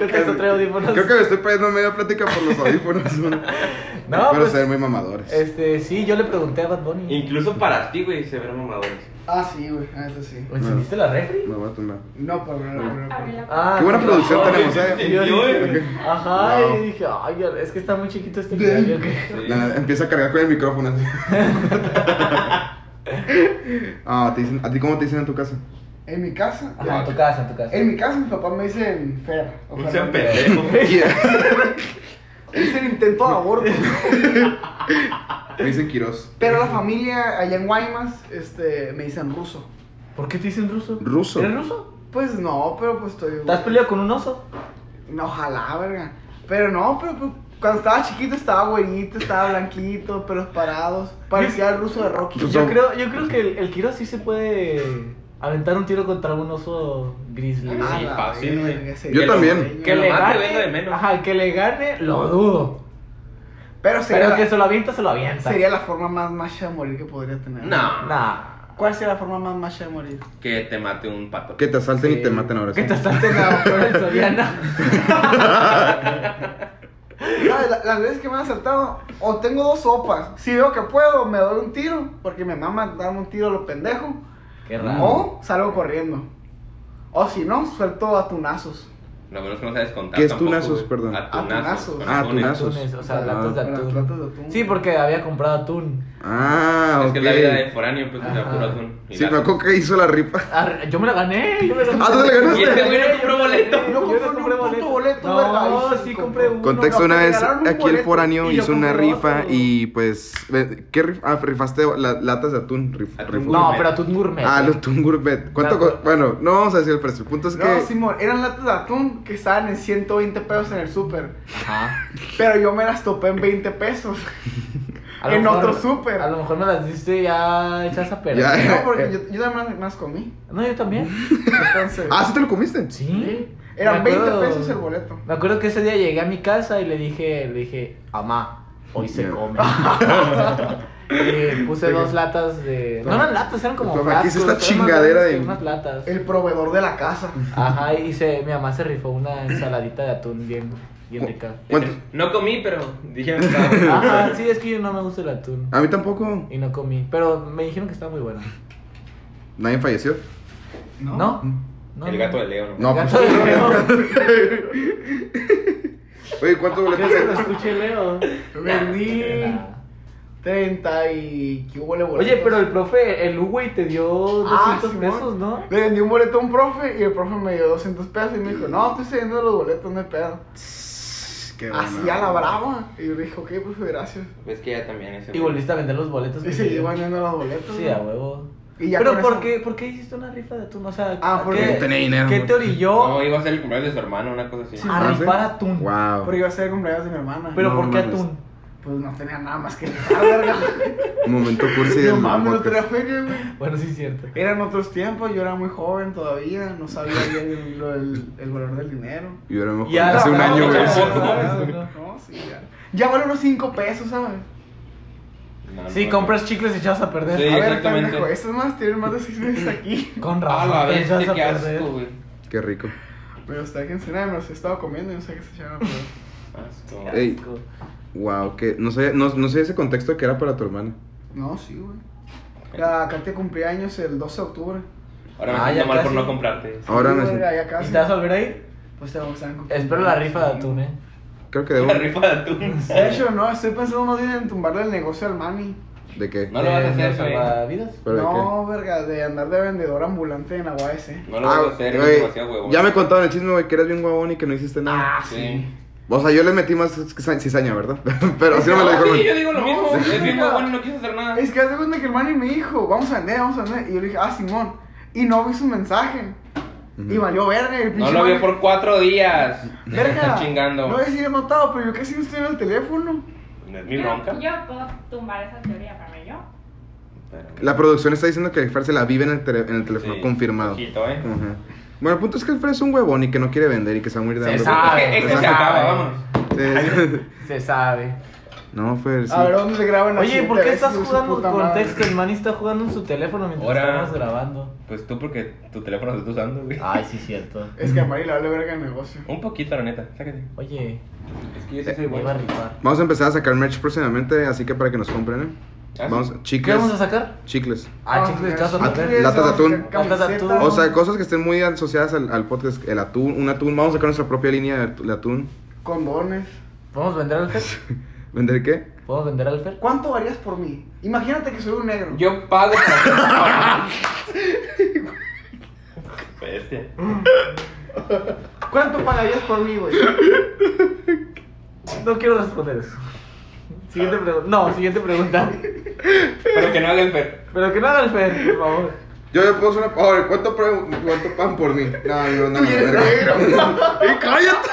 [SPEAKER 3] Creo que hasta trae audífonos.
[SPEAKER 1] Creo que me estoy perdiendo media plática por los audífonos. No,
[SPEAKER 3] No,
[SPEAKER 1] Pero
[SPEAKER 3] pues,
[SPEAKER 1] ser muy mamadores.
[SPEAKER 3] Este, sí, yo le pregunté a Bad Bunny.
[SPEAKER 5] Incluso para ti, güey, se ven mamadores.
[SPEAKER 4] Ah, sí, güey, eso sí.
[SPEAKER 3] ¿Encendiste la refri?
[SPEAKER 1] Me voy a tumbar.
[SPEAKER 4] No, pero no, no, no,
[SPEAKER 6] Abre
[SPEAKER 4] no.
[SPEAKER 6] la
[SPEAKER 3] Ah,
[SPEAKER 1] Qué buena
[SPEAKER 3] no.
[SPEAKER 1] producción
[SPEAKER 5] no,
[SPEAKER 1] tenemos,
[SPEAKER 5] sí, sí,
[SPEAKER 1] ¿eh?
[SPEAKER 5] sí. Encendió,
[SPEAKER 3] Ajá,
[SPEAKER 1] Wow.
[SPEAKER 3] y dije, ay, es que está muy chiquito este video. que-
[SPEAKER 5] Sí.
[SPEAKER 1] La- empieza a cargar con el micrófono. así. ah, te dicen, ¿A ti cómo te dicen en tu casa?
[SPEAKER 4] En mi casa,
[SPEAKER 3] Ajá, en tu casa, en tu casa.
[SPEAKER 4] en mi casa, mis papás me dicen Fer. o
[SPEAKER 5] Un
[SPEAKER 4] Fernando.
[SPEAKER 5] sean pendejo.
[SPEAKER 4] Me dicen intento de aborto.
[SPEAKER 1] Me dicen Quiroz.
[SPEAKER 4] Pero la familia allá en Guaymas este, me dicen ruso.
[SPEAKER 3] ¿Por qué te dicen ruso?
[SPEAKER 1] Ruso.
[SPEAKER 3] ¿Eres ruso?
[SPEAKER 4] Pues no, pero pues estoy.
[SPEAKER 3] ¿Te has peleado con un oso?
[SPEAKER 4] No, ojalá, verga. Pero no, pero pues, cuando estaba chiquito estaba güerito, estaba blanquito, pelos parados. Parecía el ruso de Rocky.
[SPEAKER 1] Pues
[SPEAKER 3] Yo
[SPEAKER 1] son-
[SPEAKER 3] creo, yo creo que el, el Kiro sí se puede aventar un tiro contra un oso grizzly.
[SPEAKER 5] Ah, sí,
[SPEAKER 4] la
[SPEAKER 5] fácil,
[SPEAKER 4] verga,
[SPEAKER 5] güey.
[SPEAKER 4] ese
[SPEAKER 1] Yo
[SPEAKER 4] día,
[SPEAKER 1] también.
[SPEAKER 4] güey.
[SPEAKER 5] Que lo mate, venga de menos.
[SPEAKER 3] Ajá, que le gane, lo dudo.
[SPEAKER 4] Pero sería,
[SPEAKER 3] Pero
[SPEAKER 4] la,
[SPEAKER 3] que se lo avienta, se lo avienta.
[SPEAKER 4] sería la forma más macha de morir que podría tener.
[SPEAKER 5] No.
[SPEAKER 3] Nah.
[SPEAKER 4] ¿Cuál sería la forma más macha de morir?
[SPEAKER 5] Que te mate un pato.
[SPEAKER 1] Que te asalten
[SPEAKER 3] Sí.
[SPEAKER 1] y te maten ahora sí.
[SPEAKER 3] Que te asalten a la Soriana.
[SPEAKER 4] ¿Sabes? Ah, La- Las veces que me han asaltado, o tengo dos sopas. Si veo que puedo, me doy un tiro, porque me mama darme un tiro a lo pendejo.
[SPEAKER 3] Qué
[SPEAKER 4] O salgo corriendo. O si no, suelto atunazos.
[SPEAKER 5] Lo menos que no sabes contar.
[SPEAKER 1] ¿Qué es
[SPEAKER 5] tampoco,
[SPEAKER 1] tunazos,
[SPEAKER 5] güey.
[SPEAKER 1] perdón?
[SPEAKER 5] Atunazos.
[SPEAKER 4] Atunazos.
[SPEAKER 5] con
[SPEAKER 1] Ah,
[SPEAKER 5] atunes.
[SPEAKER 1] atunazos.
[SPEAKER 3] Atunes, o sea,
[SPEAKER 1] Ah.
[SPEAKER 3] latas de
[SPEAKER 4] Las
[SPEAKER 3] atún.
[SPEAKER 4] latas de atún.
[SPEAKER 3] Sí, porque había comprado atún.
[SPEAKER 1] Ah,
[SPEAKER 5] Es
[SPEAKER 1] ok.
[SPEAKER 5] que es la vida de foráneo, pues,
[SPEAKER 3] Ajá.
[SPEAKER 5] de puro atún. y
[SPEAKER 1] Sí, me
[SPEAKER 5] latas.
[SPEAKER 1] acuerdo que hizo la rifa.
[SPEAKER 3] Arre, yo me la gané. Yo me la gané.
[SPEAKER 1] Ah, ¿tú te la ganaste?
[SPEAKER 5] Y este güey no compró boleto.
[SPEAKER 4] No compró ni un puto boleto, verga.
[SPEAKER 3] No,
[SPEAKER 4] Ahí sí
[SPEAKER 3] sí
[SPEAKER 4] compró.
[SPEAKER 3] compré uno.
[SPEAKER 1] Contexto,
[SPEAKER 3] no,
[SPEAKER 1] una
[SPEAKER 3] te
[SPEAKER 1] vez
[SPEAKER 3] regalaron un
[SPEAKER 1] aquí el
[SPEAKER 3] boleto
[SPEAKER 1] foráneo
[SPEAKER 3] y yo
[SPEAKER 1] hizo una
[SPEAKER 3] compré
[SPEAKER 1] rifa
[SPEAKER 3] otro.
[SPEAKER 1] y pues... ve- ¿Qué rif- ah, rifaste? la- latas de atún. rif-
[SPEAKER 5] Atún
[SPEAKER 1] rifó.
[SPEAKER 3] No, pero atún gourmet.
[SPEAKER 1] Ah, los Tun Gourmet. ¿Cuánto?
[SPEAKER 3] Claro.
[SPEAKER 1] co- Bueno, no vamos a decir el precio. El punto es
[SPEAKER 4] No,
[SPEAKER 1] que.
[SPEAKER 4] Simón, eran latas de atún que estaban en 120 pesos en el súper.
[SPEAKER 3] Ajá.
[SPEAKER 4] Pero yo me las topé en 20 pesos.
[SPEAKER 3] A lo
[SPEAKER 4] En
[SPEAKER 3] mejor-
[SPEAKER 4] otro súper.
[SPEAKER 3] A lo mejor me las diste ya hechas a perder.
[SPEAKER 1] Ya.
[SPEAKER 4] No, porque yo, yo también las- las comí.
[SPEAKER 3] No, yo también.
[SPEAKER 4] Entonces,
[SPEAKER 1] Ah, ¿sí te lo comiste?
[SPEAKER 3] Sí.
[SPEAKER 4] eran
[SPEAKER 3] Me
[SPEAKER 4] 20
[SPEAKER 3] acuerdo-
[SPEAKER 4] pesos el boleto.
[SPEAKER 3] Me acuerdo que ese día llegué a mi casa y le dije, le dije, mamá, hoy se
[SPEAKER 1] Ya.
[SPEAKER 3] come. y puse dos latas de. No eran latas, eran como.
[SPEAKER 1] Mamá, ¿qué es esta
[SPEAKER 3] frascos, eran más
[SPEAKER 1] chingadera
[SPEAKER 3] grandes
[SPEAKER 1] de-
[SPEAKER 3] que Unas latas.
[SPEAKER 4] El proveedor de la casa.
[SPEAKER 3] Ajá, y se, mi mamá se rifó una ensaladita de atún bien, bien rica.
[SPEAKER 1] ¿Cuánto?
[SPEAKER 5] No comí, pero "Ah, dijeron que estaba bueno.
[SPEAKER 3] Ajá, sí, es que yo no me gusta el atún.
[SPEAKER 1] A mí tampoco.
[SPEAKER 3] Y no comí, pero me dijeron que estaba muy buena.
[SPEAKER 1] Nadie falleció.
[SPEAKER 3] ¿No? no
[SPEAKER 5] El gato de Leo.
[SPEAKER 1] Mm. No,
[SPEAKER 3] El
[SPEAKER 1] pues.
[SPEAKER 3] gato de Leo.
[SPEAKER 1] Oye, ¿cuántos
[SPEAKER 3] Creo
[SPEAKER 1] boletos?
[SPEAKER 3] que lo escuché Leo.
[SPEAKER 4] Vendí 30 y... ¿Qué hubo le boletos?
[SPEAKER 3] Oye, pero el profe, el Uwey te dio 200
[SPEAKER 4] Ah, Simón.
[SPEAKER 3] pesos, ¿no?
[SPEAKER 4] Le vendí un boleto a un profe y el profe me dio 200 pesos y me dijo, no, estoy cediendo los boletos, no hay pedo.
[SPEAKER 1] Qué
[SPEAKER 4] Así
[SPEAKER 1] buena.
[SPEAKER 4] a la brava. Y yo le dije, ok, profe, gracias.
[SPEAKER 5] Ves Pues que ya también ese.
[SPEAKER 3] Y
[SPEAKER 5] güey.
[SPEAKER 3] volviste a vender los boletos.
[SPEAKER 4] Y
[SPEAKER 3] que
[SPEAKER 4] seguí
[SPEAKER 3] te-
[SPEAKER 4] vendiendo los boletos.
[SPEAKER 3] Sí,
[SPEAKER 4] güey.
[SPEAKER 3] a huevo.
[SPEAKER 4] Y ya
[SPEAKER 3] pero
[SPEAKER 4] con
[SPEAKER 3] ¿por
[SPEAKER 4] eso-
[SPEAKER 3] qué, ¿por qué hiciste una rifa de atún? O sea,
[SPEAKER 4] Ah, porque
[SPEAKER 3] ¿qué,
[SPEAKER 4] no
[SPEAKER 1] tenía dinero,
[SPEAKER 3] ¿qué
[SPEAKER 1] güey.
[SPEAKER 3] te orilló
[SPEAKER 5] No, iba a ser el cumpleaños de su hermano, una cosa así.
[SPEAKER 3] a
[SPEAKER 1] ¿Ah, sí?
[SPEAKER 3] rifar atún?
[SPEAKER 1] Wow.
[SPEAKER 4] Porque iba a ser el cumpleaños de mi hermana.
[SPEAKER 3] Pero
[SPEAKER 1] No
[SPEAKER 3] ¿por qué
[SPEAKER 1] mames.
[SPEAKER 3] atún?
[SPEAKER 4] Pues no tenía nada más que dejar, verga.
[SPEAKER 1] Momento cursi
[SPEAKER 4] no
[SPEAKER 1] del
[SPEAKER 4] mames, no
[SPEAKER 1] podcast.
[SPEAKER 4] tenía feria, güey.
[SPEAKER 3] Bueno, sí es cierto.
[SPEAKER 4] Eran otros tiempos, yo era muy joven todavía, no sabía bien el, lo- el- el valor del dinero.
[SPEAKER 1] Y ahora mejor
[SPEAKER 3] Ya,
[SPEAKER 1] hace un
[SPEAKER 3] no,
[SPEAKER 1] año,
[SPEAKER 3] no,
[SPEAKER 1] güey.
[SPEAKER 3] no, no.
[SPEAKER 4] ¿Sabes? No, sí, ya. Ya vale unos 5 pesos, ¿sabes?
[SPEAKER 5] No, no,
[SPEAKER 3] Sí,
[SPEAKER 5] no.
[SPEAKER 3] compras chicles echados a perder.
[SPEAKER 5] Sí.
[SPEAKER 4] a ver,
[SPEAKER 5] exactamente.
[SPEAKER 4] pendejo, estas más tienen más de 6 meses aquí.
[SPEAKER 3] Con
[SPEAKER 5] Ah,
[SPEAKER 3] razón.
[SPEAKER 5] la
[SPEAKER 3] te
[SPEAKER 5] bestia,
[SPEAKER 3] echas a
[SPEAKER 5] qué
[SPEAKER 3] perder.
[SPEAKER 5] asco, güey.
[SPEAKER 1] Qué rico.
[SPEAKER 4] Me los traje en cena, me los he estado comiendo y no sé qué se echaron. pero-
[SPEAKER 5] Asco.
[SPEAKER 1] Ey. Wow, que no sé, no, no sé ese contexto que era para tu hermana.
[SPEAKER 4] No, sí, güey. La Katia cumplía años el 12 de octubre.
[SPEAKER 5] Ahora me
[SPEAKER 3] Ah,
[SPEAKER 5] siento
[SPEAKER 3] ya
[SPEAKER 5] mal por
[SPEAKER 3] casi.
[SPEAKER 5] no comprarte.
[SPEAKER 1] Ahora
[SPEAKER 4] Sí,
[SPEAKER 1] me
[SPEAKER 4] güey,
[SPEAKER 1] siento-
[SPEAKER 4] Ya
[SPEAKER 3] ¿Y
[SPEAKER 4] casi.
[SPEAKER 3] te vas a volver a ir?
[SPEAKER 4] Pues te vamos a estar cumpliendo.
[SPEAKER 3] Espero la rifa de atún, eh.
[SPEAKER 1] Creo que debo.
[SPEAKER 5] La rifa de atún.
[SPEAKER 4] De hecho, no, estoy pensando más bien en tumbarle el negocio al mami.
[SPEAKER 1] ¿De qué?
[SPEAKER 5] No lo vas a
[SPEAKER 3] De
[SPEAKER 5] hacer,
[SPEAKER 3] los
[SPEAKER 5] güey.
[SPEAKER 3] salvavidas.
[SPEAKER 1] ¿Pero de
[SPEAKER 4] no, verga, de andar de vendedor ambulante en la UAS.
[SPEAKER 5] No lo voy a hacer, es
[SPEAKER 1] Ah, güey,
[SPEAKER 5] demasiado huevón. Ah.
[SPEAKER 1] Ya me contaron el chisme, güey, que eres bien guabón y que no hiciste nada.
[SPEAKER 5] Sí.
[SPEAKER 1] O sea, yo le metí más cisa- cizaña, ¿verdad? Pero así no me lo
[SPEAKER 5] No,
[SPEAKER 1] dijo. el güey.
[SPEAKER 5] sí, yo digo lo
[SPEAKER 4] No,
[SPEAKER 5] mismo.
[SPEAKER 4] sí,
[SPEAKER 5] Es bien
[SPEAKER 4] mira.
[SPEAKER 5] huevón y no quiso hacer nada.
[SPEAKER 4] Es que hace cuenta que el mami me dijo, vamos a vender, vamos a vender. Y yo le dije, ah, Simón. Y no vi su mensaje. Y valió verga. Y el
[SPEAKER 5] No
[SPEAKER 4] pinche
[SPEAKER 5] lo vio
[SPEAKER 4] mami-
[SPEAKER 5] por cuatro días.
[SPEAKER 4] Verga.
[SPEAKER 5] Está chingando.
[SPEAKER 4] No sé si he notado, pero yo casi no estoy en el teléfono.
[SPEAKER 5] No es mi
[SPEAKER 6] Pero
[SPEAKER 5] bronca.
[SPEAKER 6] Yo puedo tumbar esa teoría para mí, yo.
[SPEAKER 5] Pero-
[SPEAKER 1] La producción está diciendo que Fer se la vive en el, tele- en el teléfono,
[SPEAKER 5] Sí,
[SPEAKER 1] confirmado.
[SPEAKER 5] poquito, ¿eh?
[SPEAKER 1] Ajá. Bueno, el punto es que el Fer es un huevón y que no quiere vender y que se va a morir de
[SPEAKER 3] Se
[SPEAKER 1] hambre.
[SPEAKER 3] sabe.
[SPEAKER 5] Es que- es que se
[SPEAKER 1] Ajá.
[SPEAKER 5] acaba, vamos.
[SPEAKER 1] Sí.
[SPEAKER 3] Se sabe.
[SPEAKER 1] No, Fer, Pues sí.
[SPEAKER 4] A ver, ¿dónde se graban
[SPEAKER 3] Oye, ¿por qué estás jugando
[SPEAKER 4] con
[SPEAKER 3] con texto? El man está jugando en su teléfono mientras
[SPEAKER 5] Ahora.
[SPEAKER 3] estamos grabando.
[SPEAKER 5] Pues tú porque tu teléfono lo estás usando, güey.
[SPEAKER 1] Ah.
[SPEAKER 3] Ay, sí, cierto.
[SPEAKER 4] Es que a Mari le vale verga el negocio.
[SPEAKER 5] Un poquito, la neta. Sácate.
[SPEAKER 3] Oye,
[SPEAKER 5] Es que yo
[SPEAKER 4] Eh,
[SPEAKER 5] sí soy
[SPEAKER 3] me iba a
[SPEAKER 5] bueno.
[SPEAKER 3] rifar.
[SPEAKER 1] Vamos a empezar a sacar merch próximamente, así que para que nos compren, ¿eh?
[SPEAKER 5] Ah, sí.
[SPEAKER 1] Vamos,
[SPEAKER 3] ¿Qué
[SPEAKER 1] chicles.
[SPEAKER 3] vamos a sacar?
[SPEAKER 1] Chicles.
[SPEAKER 3] Ah, chicles echados a
[SPEAKER 1] Ah,
[SPEAKER 3] perder.
[SPEAKER 1] latas de atún.
[SPEAKER 3] Latas de atún.
[SPEAKER 1] O sea, cosas que estén muy asociadas al, al podcast. El atún, un atún. Vamos a sacar nuestra propia línea de atu- de atún.
[SPEAKER 4] Condones.
[SPEAKER 3] ¿Podemos vender al Fer?
[SPEAKER 1] ¿Vender qué?
[SPEAKER 3] ¿Podemos vender al Fer?
[SPEAKER 4] ¿Cuánto varías por mí? Imagínate que soy un negro.
[SPEAKER 5] Yo pago para que Bestia.
[SPEAKER 4] ¿Cuánto pagarías por mí, güey?
[SPEAKER 3] No quiero responder eso. Siguiente pregunta. No, siguiente pregunta.
[SPEAKER 5] Pero que no haga el fer.
[SPEAKER 3] Pero que no haga el Fer, por favor.
[SPEAKER 1] Yo le puse una. Oye, ¿cuánto, pre- cuánto pan por mí? No, no, no. ¡Eh, cállate!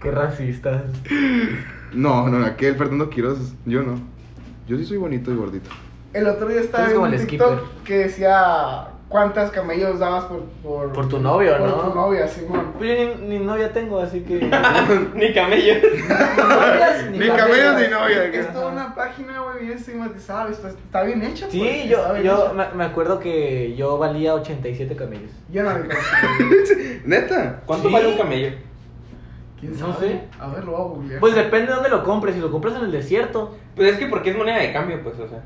[SPEAKER 3] Qué racistas.
[SPEAKER 1] No, no, aquel Fernando Quiroz. Yo no. Yo sí soy bonito y gordito.
[SPEAKER 4] El otro día estaba
[SPEAKER 3] Tú eres
[SPEAKER 4] viendo
[SPEAKER 3] como
[SPEAKER 4] un
[SPEAKER 3] el
[SPEAKER 4] TikTok
[SPEAKER 3] skipper.
[SPEAKER 4] que decía cuántas camellos dabas por... Por,
[SPEAKER 3] Por tu novio,
[SPEAKER 4] por
[SPEAKER 3] ¿no?
[SPEAKER 4] tu novia, Simón.
[SPEAKER 3] Pues yo ni, ni novia tengo, así que. Ni
[SPEAKER 5] Ni camello.
[SPEAKER 3] novias,
[SPEAKER 1] Ni camellos ni
[SPEAKER 4] Es
[SPEAKER 1] novia.
[SPEAKER 4] toda una página, güey, bien estigmatizada. Está, está bien hecha,
[SPEAKER 3] Sí,
[SPEAKER 4] pues, está
[SPEAKER 3] yo,
[SPEAKER 4] bien
[SPEAKER 3] yo
[SPEAKER 4] hecha.
[SPEAKER 3] me, me acuerdo que yo valía 87 camellos.
[SPEAKER 4] Yo no me
[SPEAKER 1] ¿Neta?
[SPEAKER 5] ¿Cuánto
[SPEAKER 3] Sí.
[SPEAKER 5] vale un camello?
[SPEAKER 4] ¿Quién
[SPEAKER 3] No
[SPEAKER 4] sabe?
[SPEAKER 3] sé.
[SPEAKER 4] A ver, lo voy a googlear.
[SPEAKER 3] Pues depende de dónde lo compres. Si lo compras en el desierto,
[SPEAKER 5] Pues es que porque es moneda de cambio, pues, o sea.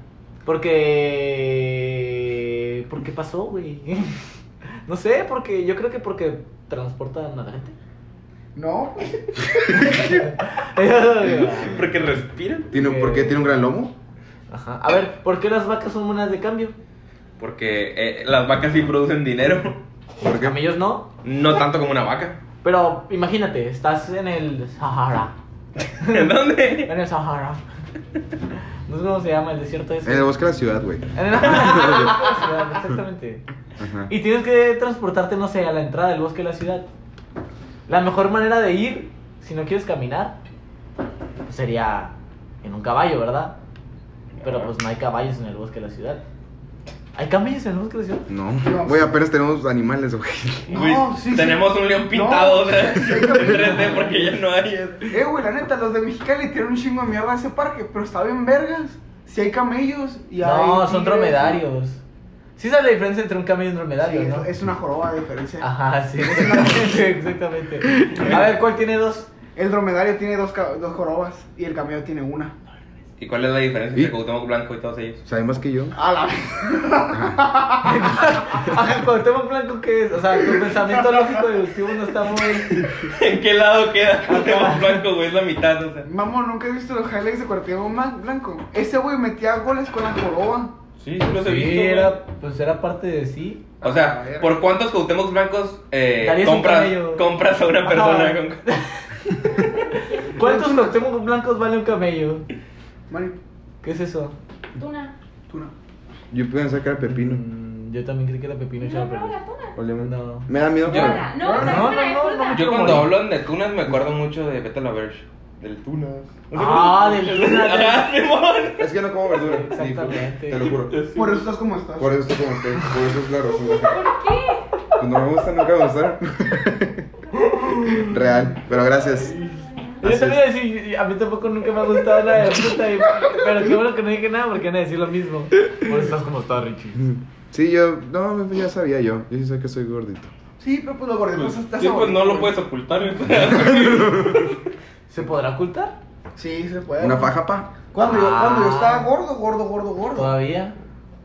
[SPEAKER 3] porque. ¿Por qué pasó, güey? No sé, porque yo creo que porque transportan a la gente.
[SPEAKER 4] No, pues,
[SPEAKER 5] Porque respiran.
[SPEAKER 1] ¿Tiene, ¿Por qué tiene un gran lomo?
[SPEAKER 3] Ajá. A ver, ¿por qué las vacas son monedas de cambio?
[SPEAKER 5] Porque eh, las vacas sí producen dinero.
[SPEAKER 1] ¿Por
[SPEAKER 3] Los
[SPEAKER 1] qué?
[SPEAKER 3] camellos no.
[SPEAKER 5] No tanto como una vaca.
[SPEAKER 3] Pero imagínate, estás en el Sahara.
[SPEAKER 5] ¿En dónde?
[SPEAKER 3] En el Sahara. No sé cómo se llama el desierto ese.
[SPEAKER 1] En el bosque de la ciudad, güey.
[SPEAKER 3] En el- Exactamente.
[SPEAKER 1] Ajá.
[SPEAKER 3] Y tienes que transportarte, no sé, a la entrada del bosque de la ciudad. La mejor manera de ir, si no quieres caminar, sería en un caballo, ¿verdad? Pero pues no hay caballos en el bosque de la ciudad. ¿Hay camellos en el bosque de la ciudad?
[SPEAKER 1] No,
[SPEAKER 4] No.
[SPEAKER 1] güey, apenas tenemos animales, güey.
[SPEAKER 4] No,
[SPEAKER 5] Güey,
[SPEAKER 4] sí, sí.
[SPEAKER 5] tenemos un león pintado, o sea, en 3D porque ya no hay.
[SPEAKER 4] eh, güey, la neta, los de Mexicali tienen un chingo de mierda a ese parque, pero está bien vergas. Si hay camellos y hay.
[SPEAKER 3] No, son
[SPEAKER 4] tigres.
[SPEAKER 3] dromedarios. Sí sabes la diferencia entre un camello y un
[SPEAKER 4] Sí,
[SPEAKER 3] dromedario,
[SPEAKER 4] es-
[SPEAKER 3] ¿no? Ah.
[SPEAKER 4] es una joroba de diferencia.
[SPEAKER 3] Ajá, sí, exactamente, exactamente. A ver, ¿cuál tiene dos?
[SPEAKER 4] El dromedario tiene dos, ca- dos jorobas y el camello tiene una.
[SPEAKER 5] ¿Y cuál es la diferencia entre
[SPEAKER 1] ¿Y?
[SPEAKER 5] Cuauhtémoc Blanco y todos ellos?
[SPEAKER 1] ¿Sabe más que yo?
[SPEAKER 4] A la
[SPEAKER 3] Ajá, Cuauhtémoc Blanco, ¿qué es? O sea, tu pensamiento lógico deductivo no está muy...
[SPEAKER 5] ¿En qué lado queda Cuauhtémoc Blanco, güey? Es la mitad, o sea.
[SPEAKER 4] Mamón, nunca he visto los highlights de Cuauhtémoc Man- Blanco. Ese güey metía goles con la joroba.
[SPEAKER 5] Sí, sí los he
[SPEAKER 3] Sí,
[SPEAKER 5] visto. güey.
[SPEAKER 3] era, pues era parte de sí.
[SPEAKER 5] O sea, ¿por cuántos Cuauhtémoc Blancos eh,
[SPEAKER 3] Darías un
[SPEAKER 5] compras,
[SPEAKER 3] camello.
[SPEAKER 5] compras a una persona?
[SPEAKER 3] Ajá.
[SPEAKER 5] con-
[SPEAKER 3] ¿Cuántos Cuauhtémoc blancos vale un camello?
[SPEAKER 4] Mari,
[SPEAKER 3] ¿Qué es eso?
[SPEAKER 6] Tuna.
[SPEAKER 4] tú no.
[SPEAKER 1] Yo puedo sacar pepino.
[SPEAKER 3] Mm, yo también creí que era pepino y
[SPEAKER 6] No, no,
[SPEAKER 3] chapel.
[SPEAKER 6] la tuna.
[SPEAKER 1] Ole, man.
[SPEAKER 3] No.
[SPEAKER 1] Me da miedo,
[SPEAKER 5] Yo-
[SPEAKER 1] pero.
[SPEAKER 6] Tuna. No, la
[SPEAKER 3] No,
[SPEAKER 6] tuna
[SPEAKER 3] no, no,
[SPEAKER 6] es
[SPEAKER 3] no me
[SPEAKER 6] fruta.
[SPEAKER 5] Yo
[SPEAKER 3] Como
[SPEAKER 5] cuando
[SPEAKER 3] yo.
[SPEAKER 5] hablan de tunas me acuerdo mucho de Vete a la Verge. Del
[SPEAKER 1] Pues,
[SPEAKER 5] tunas.
[SPEAKER 3] Ah, del tunas.
[SPEAKER 5] Ah, Simón.
[SPEAKER 1] Es que no como verdura. ni fruta,
[SPEAKER 3] Exactamente.
[SPEAKER 1] Te lo juro.
[SPEAKER 4] Por eso estás como estás.
[SPEAKER 1] Por eso estoy como estoy. Por eso es la razón.
[SPEAKER 6] ¿Por qué?
[SPEAKER 1] Pues no me gusta, nunca me gustaron. Real. Pero gracias.
[SPEAKER 3] Yo también iba a decir, a mí tampoco nunca me ha gustado la de fruta, y- pero qué bueno que no dije nada porque van a decir lo mismo. Por eso estás como estás, Richie.
[SPEAKER 1] Sí, yo. No, ya sabía yo. Yo sí sé que soy gordito.
[SPEAKER 4] Sí, pero pues lo gordito está
[SPEAKER 5] Sí, pues no lo puedes ocultar. ¿eh?
[SPEAKER 3] ¿Se podrá ocultar?
[SPEAKER 4] Sí, se puede.
[SPEAKER 1] Una faja, pa.
[SPEAKER 4] Cuando, yo,
[SPEAKER 3] Ah.
[SPEAKER 4] cuando yo estaba gordo, gordo, gordo, gordo.
[SPEAKER 3] Todavía.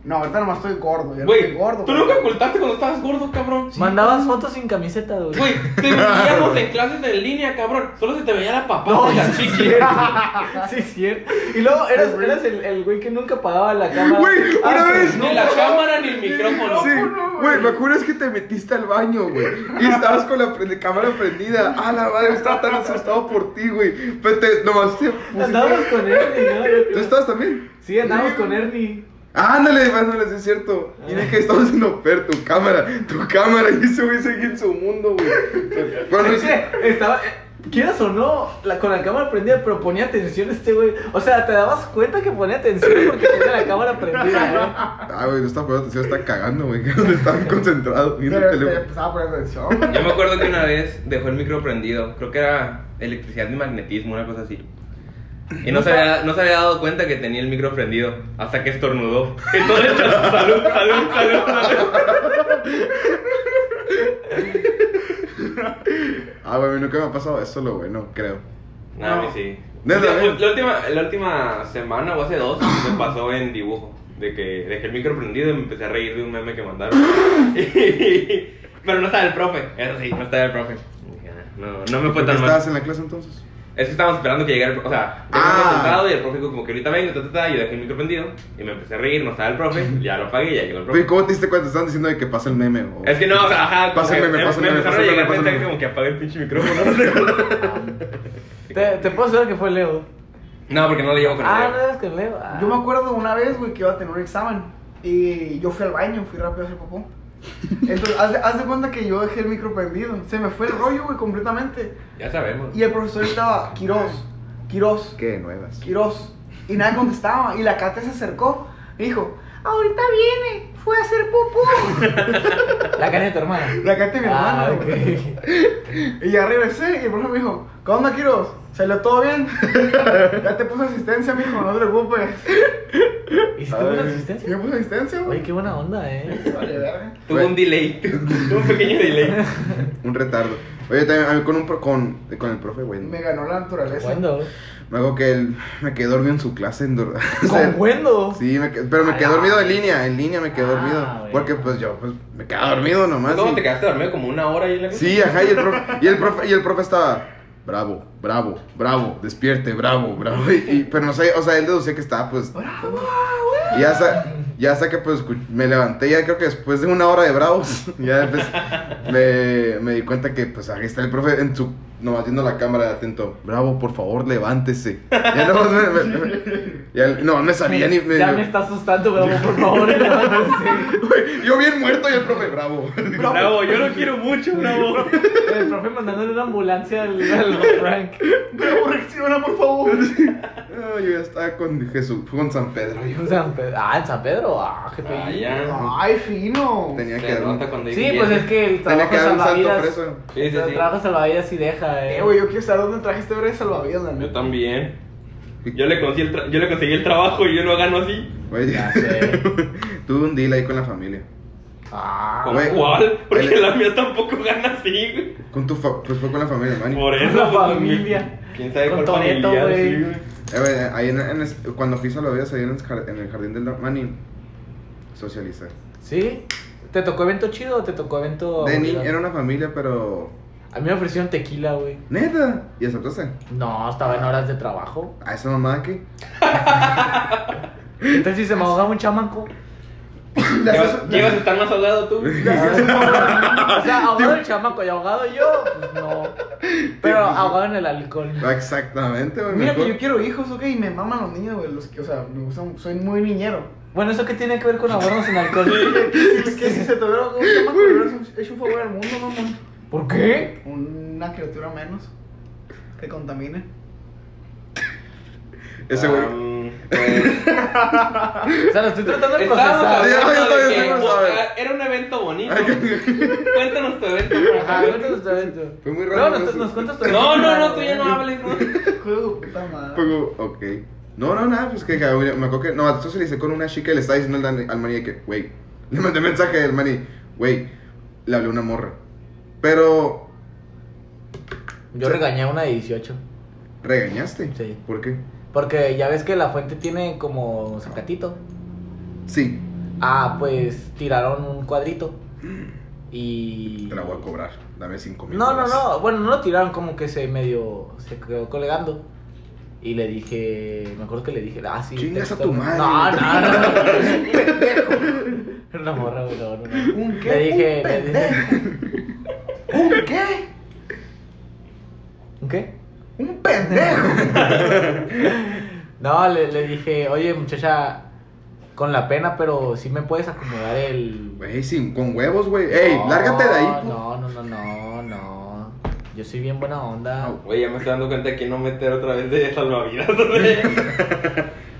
[SPEAKER 4] No, ahorita nomás estoy gordo. Ya no
[SPEAKER 5] Güey,
[SPEAKER 4] estoy gordo.
[SPEAKER 5] tú
[SPEAKER 4] güey.
[SPEAKER 5] nunca ocultaste cuando estabas gordo, cabrón.
[SPEAKER 3] Mandabas fotos sin camiseta, güey.
[SPEAKER 5] Güey, te veíamos en clases en línea, cabrón. Solo se te veía la papá y la
[SPEAKER 3] sí, es
[SPEAKER 5] chiqui.
[SPEAKER 3] cierto. Sí, es cierto. Y luego eras, eras el, el güey que nunca pagaba la cámara.
[SPEAKER 1] Güey, una
[SPEAKER 3] Ah, que
[SPEAKER 1] vez.
[SPEAKER 5] Ni la cámara ni el micrófono.
[SPEAKER 1] Sí, güey, lo juro es que te metiste al baño, güey. Y estabas con la pre- cámara prendida. A la madre, estaba tan asustado por ti, güey. Pero te, nomás te pusiste.
[SPEAKER 3] Andábamos con Ernie,
[SPEAKER 1] ¿Tú
[SPEAKER 3] ¿no?
[SPEAKER 1] estabas también?
[SPEAKER 3] Sí, andábamos con Ernie.
[SPEAKER 1] Ah, Ándale, ándale, sí es cierto. Mira que estamos en oferta, tu cámara, tu cámara, y ese güey sigue en su mundo, güey. Cuando
[SPEAKER 3] Es
[SPEAKER 1] dice,
[SPEAKER 3] que estaba, eh, quieras o no, la- con la cámara prendida, pero ponía atención este güey. O sea, te dabas cuenta que ponía atención porque tenía la cámara prendida,
[SPEAKER 1] ah, güey, no está poniendo atención, está cagando, güey, que no están concentrados viendo el
[SPEAKER 4] Pero pues, te
[SPEAKER 1] teléfono.
[SPEAKER 4] empezaba a poner atención. güey.
[SPEAKER 5] Yo me acuerdo que una vez dejó el micro prendido. Creo que era electricidad y magnetismo, una cosa así. Y no se, había, no se había dado cuenta que tenía el micro prendido hasta que estornudó. Y todo hecho, salud, salud, salud, salud.
[SPEAKER 1] Ah, güey, a mí nunca me ha pasado eso, lo güey, no creo.
[SPEAKER 5] No, a mí sí.
[SPEAKER 1] No,
[SPEAKER 5] la,
[SPEAKER 1] también.
[SPEAKER 5] la última, la última semana o hace dos me pasó en dibujo. De que dejé el micro prendido y me empecé a reír de un meme que mandaron. Pero no estaba el profe. Eso sí, no estaba el profe. "Ah, No, no me fue
[SPEAKER 1] ¿Por qué
[SPEAKER 5] tan mal.
[SPEAKER 1] ¿Estabas en la clase entonces?
[SPEAKER 5] Es que estábamos esperando que llegara el profe. O sea, teníamos
[SPEAKER 1] Ah.
[SPEAKER 5] sentado y el profe dijo como que ahorita vengo, ta, ta, ta, yo dejé el micro prendido y me empecé a reír, no estaba el profe, ya lo apagué y ya llegó
[SPEAKER 1] Güey,
[SPEAKER 5] el profe.
[SPEAKER 1] ¿cómo te diste cuenta? Estaban diciendo de que pasa el meme, o...
[SPEAKER 5] Es que no, o sea, ajá, como
[SPEAKER 1] Pásame,
[SPEAKER 5] que
[SPEAKER 1] me
[SPEAKER 5] em-
[SPEAKER 1] pásame,
[SPEAKER 5] me
[SPEAKER 1] me
[SPEAKER 5] empezaron
[SPEAKER 1] pásame,
[SPEAKER 5] a llegar
[SPEAKER 1] pásame.
[SPEAKER 5] mensajes como que apague el pinche micrófono. no sé.
[SPEAKER 3] ¿eh? Te, te puedo asegurar que fue Leo.
[SPEAKER 5] no, porque no lo llevo con
[SPEAKER 3] Ah, no
[SPEAKER 5] el
[SPEAKER 3] eras con Leo. Ah.
[SPEAKER 4] Yo me acuerdo una vez, güey, que iba a tener un examen. Y yo fui al baño, fui rápido a hacer popó. Entonces, haz de, haz de cuenta que yo dejé el micro prendido. Se me fue el rollo, güey, completamente.
[SPEAKER 5] Ya sabemos.
[SPEAKER 4] Y el profesor estaba, Quirós, Quirós,
[SPEAKER 1] ¿Qué? Nuevas.
[SPEAKER 4] Quirós. Y nadie contestaba. Y la Katia se acercó y dijo, ahorita viene, fue a hacer popó.
[SPEAKER 3] La cara de tu hermana.
[SPEAKER 4] La Katia mi hermana.
[SPEAKER 3] Ah,
[SPEAKER 4] güey.
[SPEAKER 3] ok.
[SPEAKER 4] Y ya regresé y el profesor me dijo, ¿qué onda, Quirós? ¿Salió todo bien? ya te puse asistencia, mijo, no te preocupes.
[SPEAKER 3] ¿Y si te pones
[SPEAKER 1] Ay.
[SPEAKER 4] ¿Y
[SPEAKER 3] asistencia?
[SPEAKER 4] me puse asistencia,
[SPEAKER 3] Oye,
[SPEAKER 4] güey?
[SPEAKER 3] qué buena onda, eh.
[SPEAKER 4] Vale, verga.
[SPEAKER 1] Ah,
[SPEAKER 5] Tuvo un delay, tuvo un pequeño delay.
[SPEAKER 1] Un retardo. Oye, también a mí con, un, pro- con, con el profe, güey.
[SPEAKER 4] Me ganó la naturaleza.
[SPEAKER 3] Wendo.
[SPEAKER 1] Me acuerdo que él, me quedé dormido en su clase. En, dur- o sea,
[SPEAKER 3] ¿Con Wendo?
[SPEAKER 1] Sí, me qued- pero me quedé
[SPEAKER 3] A la
[SPEAKER 1] dormido en
[SPEAKER 3] vez.
[SPEAKER 1] línea, en línea me quedé
[SPEAKER 3] Ah,
[SPEAKER 1] dormido.
[SPEAKER 3] bueno.
[SPEAKER 1] Porque pues yo pues, me quedaba dormido nomás.
[SPEAKER 5] ¿Cómo
[SPEAKER 1] y-
[SPEAKER 5] te quedaste dormido como una hora ahí en la clase?
[SPEAKER 1] Sí, ajá, y el profe, y el profe, y el profe estaba, bravo, bravo, bravo, despierte, bravo, bravo. Y, y- pero no sé, o sea, él deducía que estaba pues... Y ya hasta, ya hasta que pues escu- me levanté, ya creo que después de una hora de bravos, ya pues, me, me di cuenta que pues ahí está el profe en su... Nomás viendo la cámara atento, bravo, por favor, levántese. Ya no, me, me- me- ya, no, me sabía ni... me-
[SPEAKER 3] Ya me está asustando, bravo, por favor. levántese.
[SPEAKER 1] Yo bien muerto y el profe, bravo.
[SPEAKER 5] Bravo, yo lo quiero mucho, bravo.
[SPEAKER 3] El profe mandándole una ambulancia al, al Frank.
[SPEAKER 4] Pero reacciona, por favor.
[SPEAKER 1] No, yo ya estaba con Jesús, con San Pedro.
[SPEAKER 3] Ay, en San Pedro. Ah, en San Pedro. Ah, qué
[SPEAKER 5] Ah,
[SPEAKER 3] pelín.
[SPEAKER 5] ya.
[SPEAKER 4] Ay, fino.
[SPEAKER 1] Tenía que
[SPEAKER 5] Se
[SPEAKER 1] dar un,
[SPEAKER 5] nota cuando hay
[SPEAKER 3] Sí, pues es
[SPEAKER 5] billetes.
[SPEAKER 3] que
[SPEAKER 1] tenía
[SPEAKER 3] el trabajo
[SPEAKER 1] que dar un salto
[SPEAKER 3] salvavidas.
[SPEAKER 1] preso.
[SPEAKER 5] Sí, sí,
[SPEAKER 3] El
[SPEAKER 5] sí.
[SPEAKER 3] trabajo salvavidas sí deja, eh.
[SPEAKER 4] Eh, güey, yo quiero saber dónde traje este de salvavidas, la
[SPEAKER 5] Yo
[SPEAKER 4] neta.
[SPEAKER 5] también. Yo le, conseguí el tra- yo le conseguí el trabajo y yo lo gano así.
[SPEAKER 1] Güey,
[SPEAKER 3] Ya sé.
[SPEAKER 1] tuve un deal ahí con la familia.
[SPEAKER 3] Ah,
[SPEAKER 5] ¿Con
[SPEAKER 1] güey.
[SPEAKER 5] cuál? Porque
[SPEAKER 1] El-
[SPEAKER 5] la mía tampoco gana así, güey.
[SPEAKER 1] Con tu fa- pues fue con la familia, Manny.
[SPEAKER 5] Por
[SPEAKER 3] Con
[SPEAKER 5] eso.
[SPEAKER 3] la
[SPEAKER 5] pues,
[SPEAKER 3] familia.
[SPEAKER 5] ¿Quién sabe
[SPEAKER 3] Con
[SPEAKER 5] cuál
[SPEAKER 3] Toretto,
[SPEAKER 5] familia?
[SPEAKER 3] güey.
[SPEAKER 5] Sí, güey.
[SPEAKER 1] Eh, güey, ahí en, en es- cuando fui a Salvavidas, ahí en el, jar- en el jardín del Manny, socialicé.
[SPEAKER 3] ¿Sí? ¿Te tocó evento chido o te tocó evento.?
[SPEAKER 1] De niño
[SPEAKER 3] aburrido?
[SPEAKER 1] era una familia, pero.
[SPEAKER 3] A mí me ofrecieron tequila, güey.
[SPEAKER 1] Neta, y aceptaste.
[SPEAKER 3] No, estaba en horas de trabajo.
[SPEAKER 1] A esa mamá aquí.
[SPEAKER 3] Entonces, si se me ahogaba un chamanco.
[SPEAKER 5] Llevas, llevas a estar más ahogado tú.
[SPEAKER 3] O sea, ahogado el chamaco y ahogado yo. Pues no. Pero ahogado en el alcohol.
[SPEAKER 1] Exactamente, güey.
[SPEAKER 4] Mira
[SPEAKER 1] mejor.
[SPEAKER 4] que yo quiero hijos, ok, y me maman los niños, güey, los que, o sea, me gustan, soy muy niñero.
[SPEAKER 3] Bueno, ¿eso qué tiene que ver con ahogarnos en alcohol?
[SPEAKER 4] ¿Qué si- qué si se te hubiera dado un chamaco, le hubieras hecho un favor al mundo, mamón?
[SPEAKER 3] ¿Por qué?
[SPEAKER 4] Una criatura menos que contamine.
[SPEAKER 1] Ese güey.
[SPEAKER 5] Um, pues,
[SPEAKER 3] O sea, lo estoy tratando de
[SPEAKER 5] Estábamos
[SPEAKER 3] procesar.
[SPEAKER 1] Yo- yo
[SPEAKER 5] hablando de
[SPEAKER 1] todavía
[SPEAKER 5] que ah,
[SPEAKER 1] no lo sabe.
[SPEAKER 5] era un evento bonito. Cuéntanos tu evento. por
[SPEAKER 3] Ajá,
[SPEAKER 5] favor.
[SPEAKER 3] cuéntanos tu evento.
[SPEAKER 1] Fue muy
[SPEAKER 3] No,
[SPEAKER 1] raro
[SPEAKER 3] nos,
[SPEAKER 1] eso.
[SPEAKER 3] nos cuentas tu
[SPEAKER 5] No,
[SPEAKER 3] evento.
[SPEAKER 5] no, no, tú ya no hables. ¿no?
[SPEAKER 4] Juego de puta madre.
[SPEAKER 1] Fue como, ok. No, no, nada, pues que que, güey, me acuerdo que. No, socialicé con una chica y le estaba diciendo al, Dani- al Manny de que, güey. Le mandé mensaje al Manny, güey. Le hablé a una morra. Pero.
[SPEAKER 3] Yo regañé a una de 18.
[SPEAKER 1] ¿Regañaste?
[SPEAKER 3] Sí.
[SPEAKER 1] ¿Por qué?
[SPEAKER 3] Porque ya ves que la fuente tiene como zacatito.
[SPEAKER 1] Sí,
[SPEAKER 3] Ah, pues tiraron un cuadrito. Y.
[SPEAKER 1] te la voy a cobrar. Dame cinco mil.
[SPEAKER 3] No, no,
[SPEAKER 1] dólares.
[SPEAKER 3] no. Bueno, no lo tiraron como que se medio. Se quedó colegando. Y le dije. Me acuerdo que le dije. Ah, sí.
[SPEAKER 1] Chingas a
[SPEAKER 3] texto,
[SPEAKER 1] tu
[SPEAKER 3] güey.
[SPEAKER 1] madre,
[SPEAKER 3] No,
[SPEAKER 1] güey.
[SPEAKER 3] no, no. no. Pendejo. Era una morra, güey. No, no, no.
[SPEAKER 4] ¿Un qué?
[SPEAKER 3] Le dije.
[SPEAKER 4] ¿Un
[SPEAKER 3] le dije-
[SPEAKER 4] pendejo? ¿Un qué?
[SPEAKER 3] ¿Un qué?
[SPEAKER 4] ¿Un pendejo?
[SPEAKER 3] No, le, le dije, oye, muchacha, con la pena, pero sí me puedes acomodar el.
[SPEAKER 1] Güey, sin, con huevos, güey. Ey,
[SPEAKER 3] No,
[SPEAKER 1] lárgate de ahí. pu-
[SPEAKER 3] No, no, no, no, no. Yo soy bien buena onda.
[SPEAKER 5] Güey, ya me estoy dando cuenta que no meter otra vez de salvavidas. güey.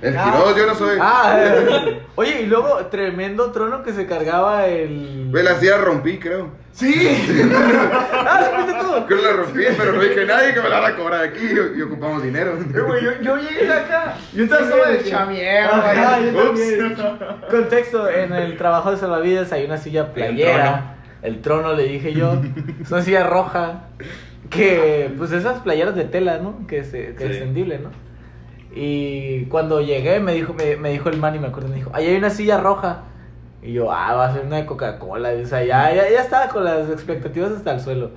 [SPEAKER 1] El
[SPEAKER 4] Ah.
[SPEAKER 1] Quiroz, yo no soy.
[SPEAKER 3] Ah, eh, oye, y luego tremendo trono que se cargaba el.
[SPEAKER 1] Güey, la silla rompí, creo.
[SPEAKER 4] Sí.
[SPEAKER 3] Ah, ¿sí fuiste tú?
[SPEAKER 1] Creo que la rompí, pero no dije nadie que me la van a cobrar aquí y, y ocupamos dinero.
[SPEAKER 4] Eh, güey, yo, yo llegué acá.
[SPEAKER 3] Yo
[SPEAKER 4] Yo
[SPEAKER 3] también,
[SPEAKER 4] estaba de
[SPEAKER 3] güey.
[SPEAKER 4] chamiero,
[SPEAKER 3] Ajá, yo
[SPEAKER 4] güey.
[SPEAKER 3] también. Contexto, en el trabajo de salvavidas hay una silla playera. El trono, le dije yo. Es una silla roja. Que, pues esas playeras de tela, ¿no? Que, se, que
[SPEAKER 5] Sí.
[SPEAKER 3] es extendible, ¿no? Y cuando llegué me dijo, me, me dijo el man y me acuerdo, me dijo, ahí hay una silla roja. Y yo, ah, va a ser una de Coca-Cola. O sea, ya, ya, ya estaba con las expectativas hasta el suelo.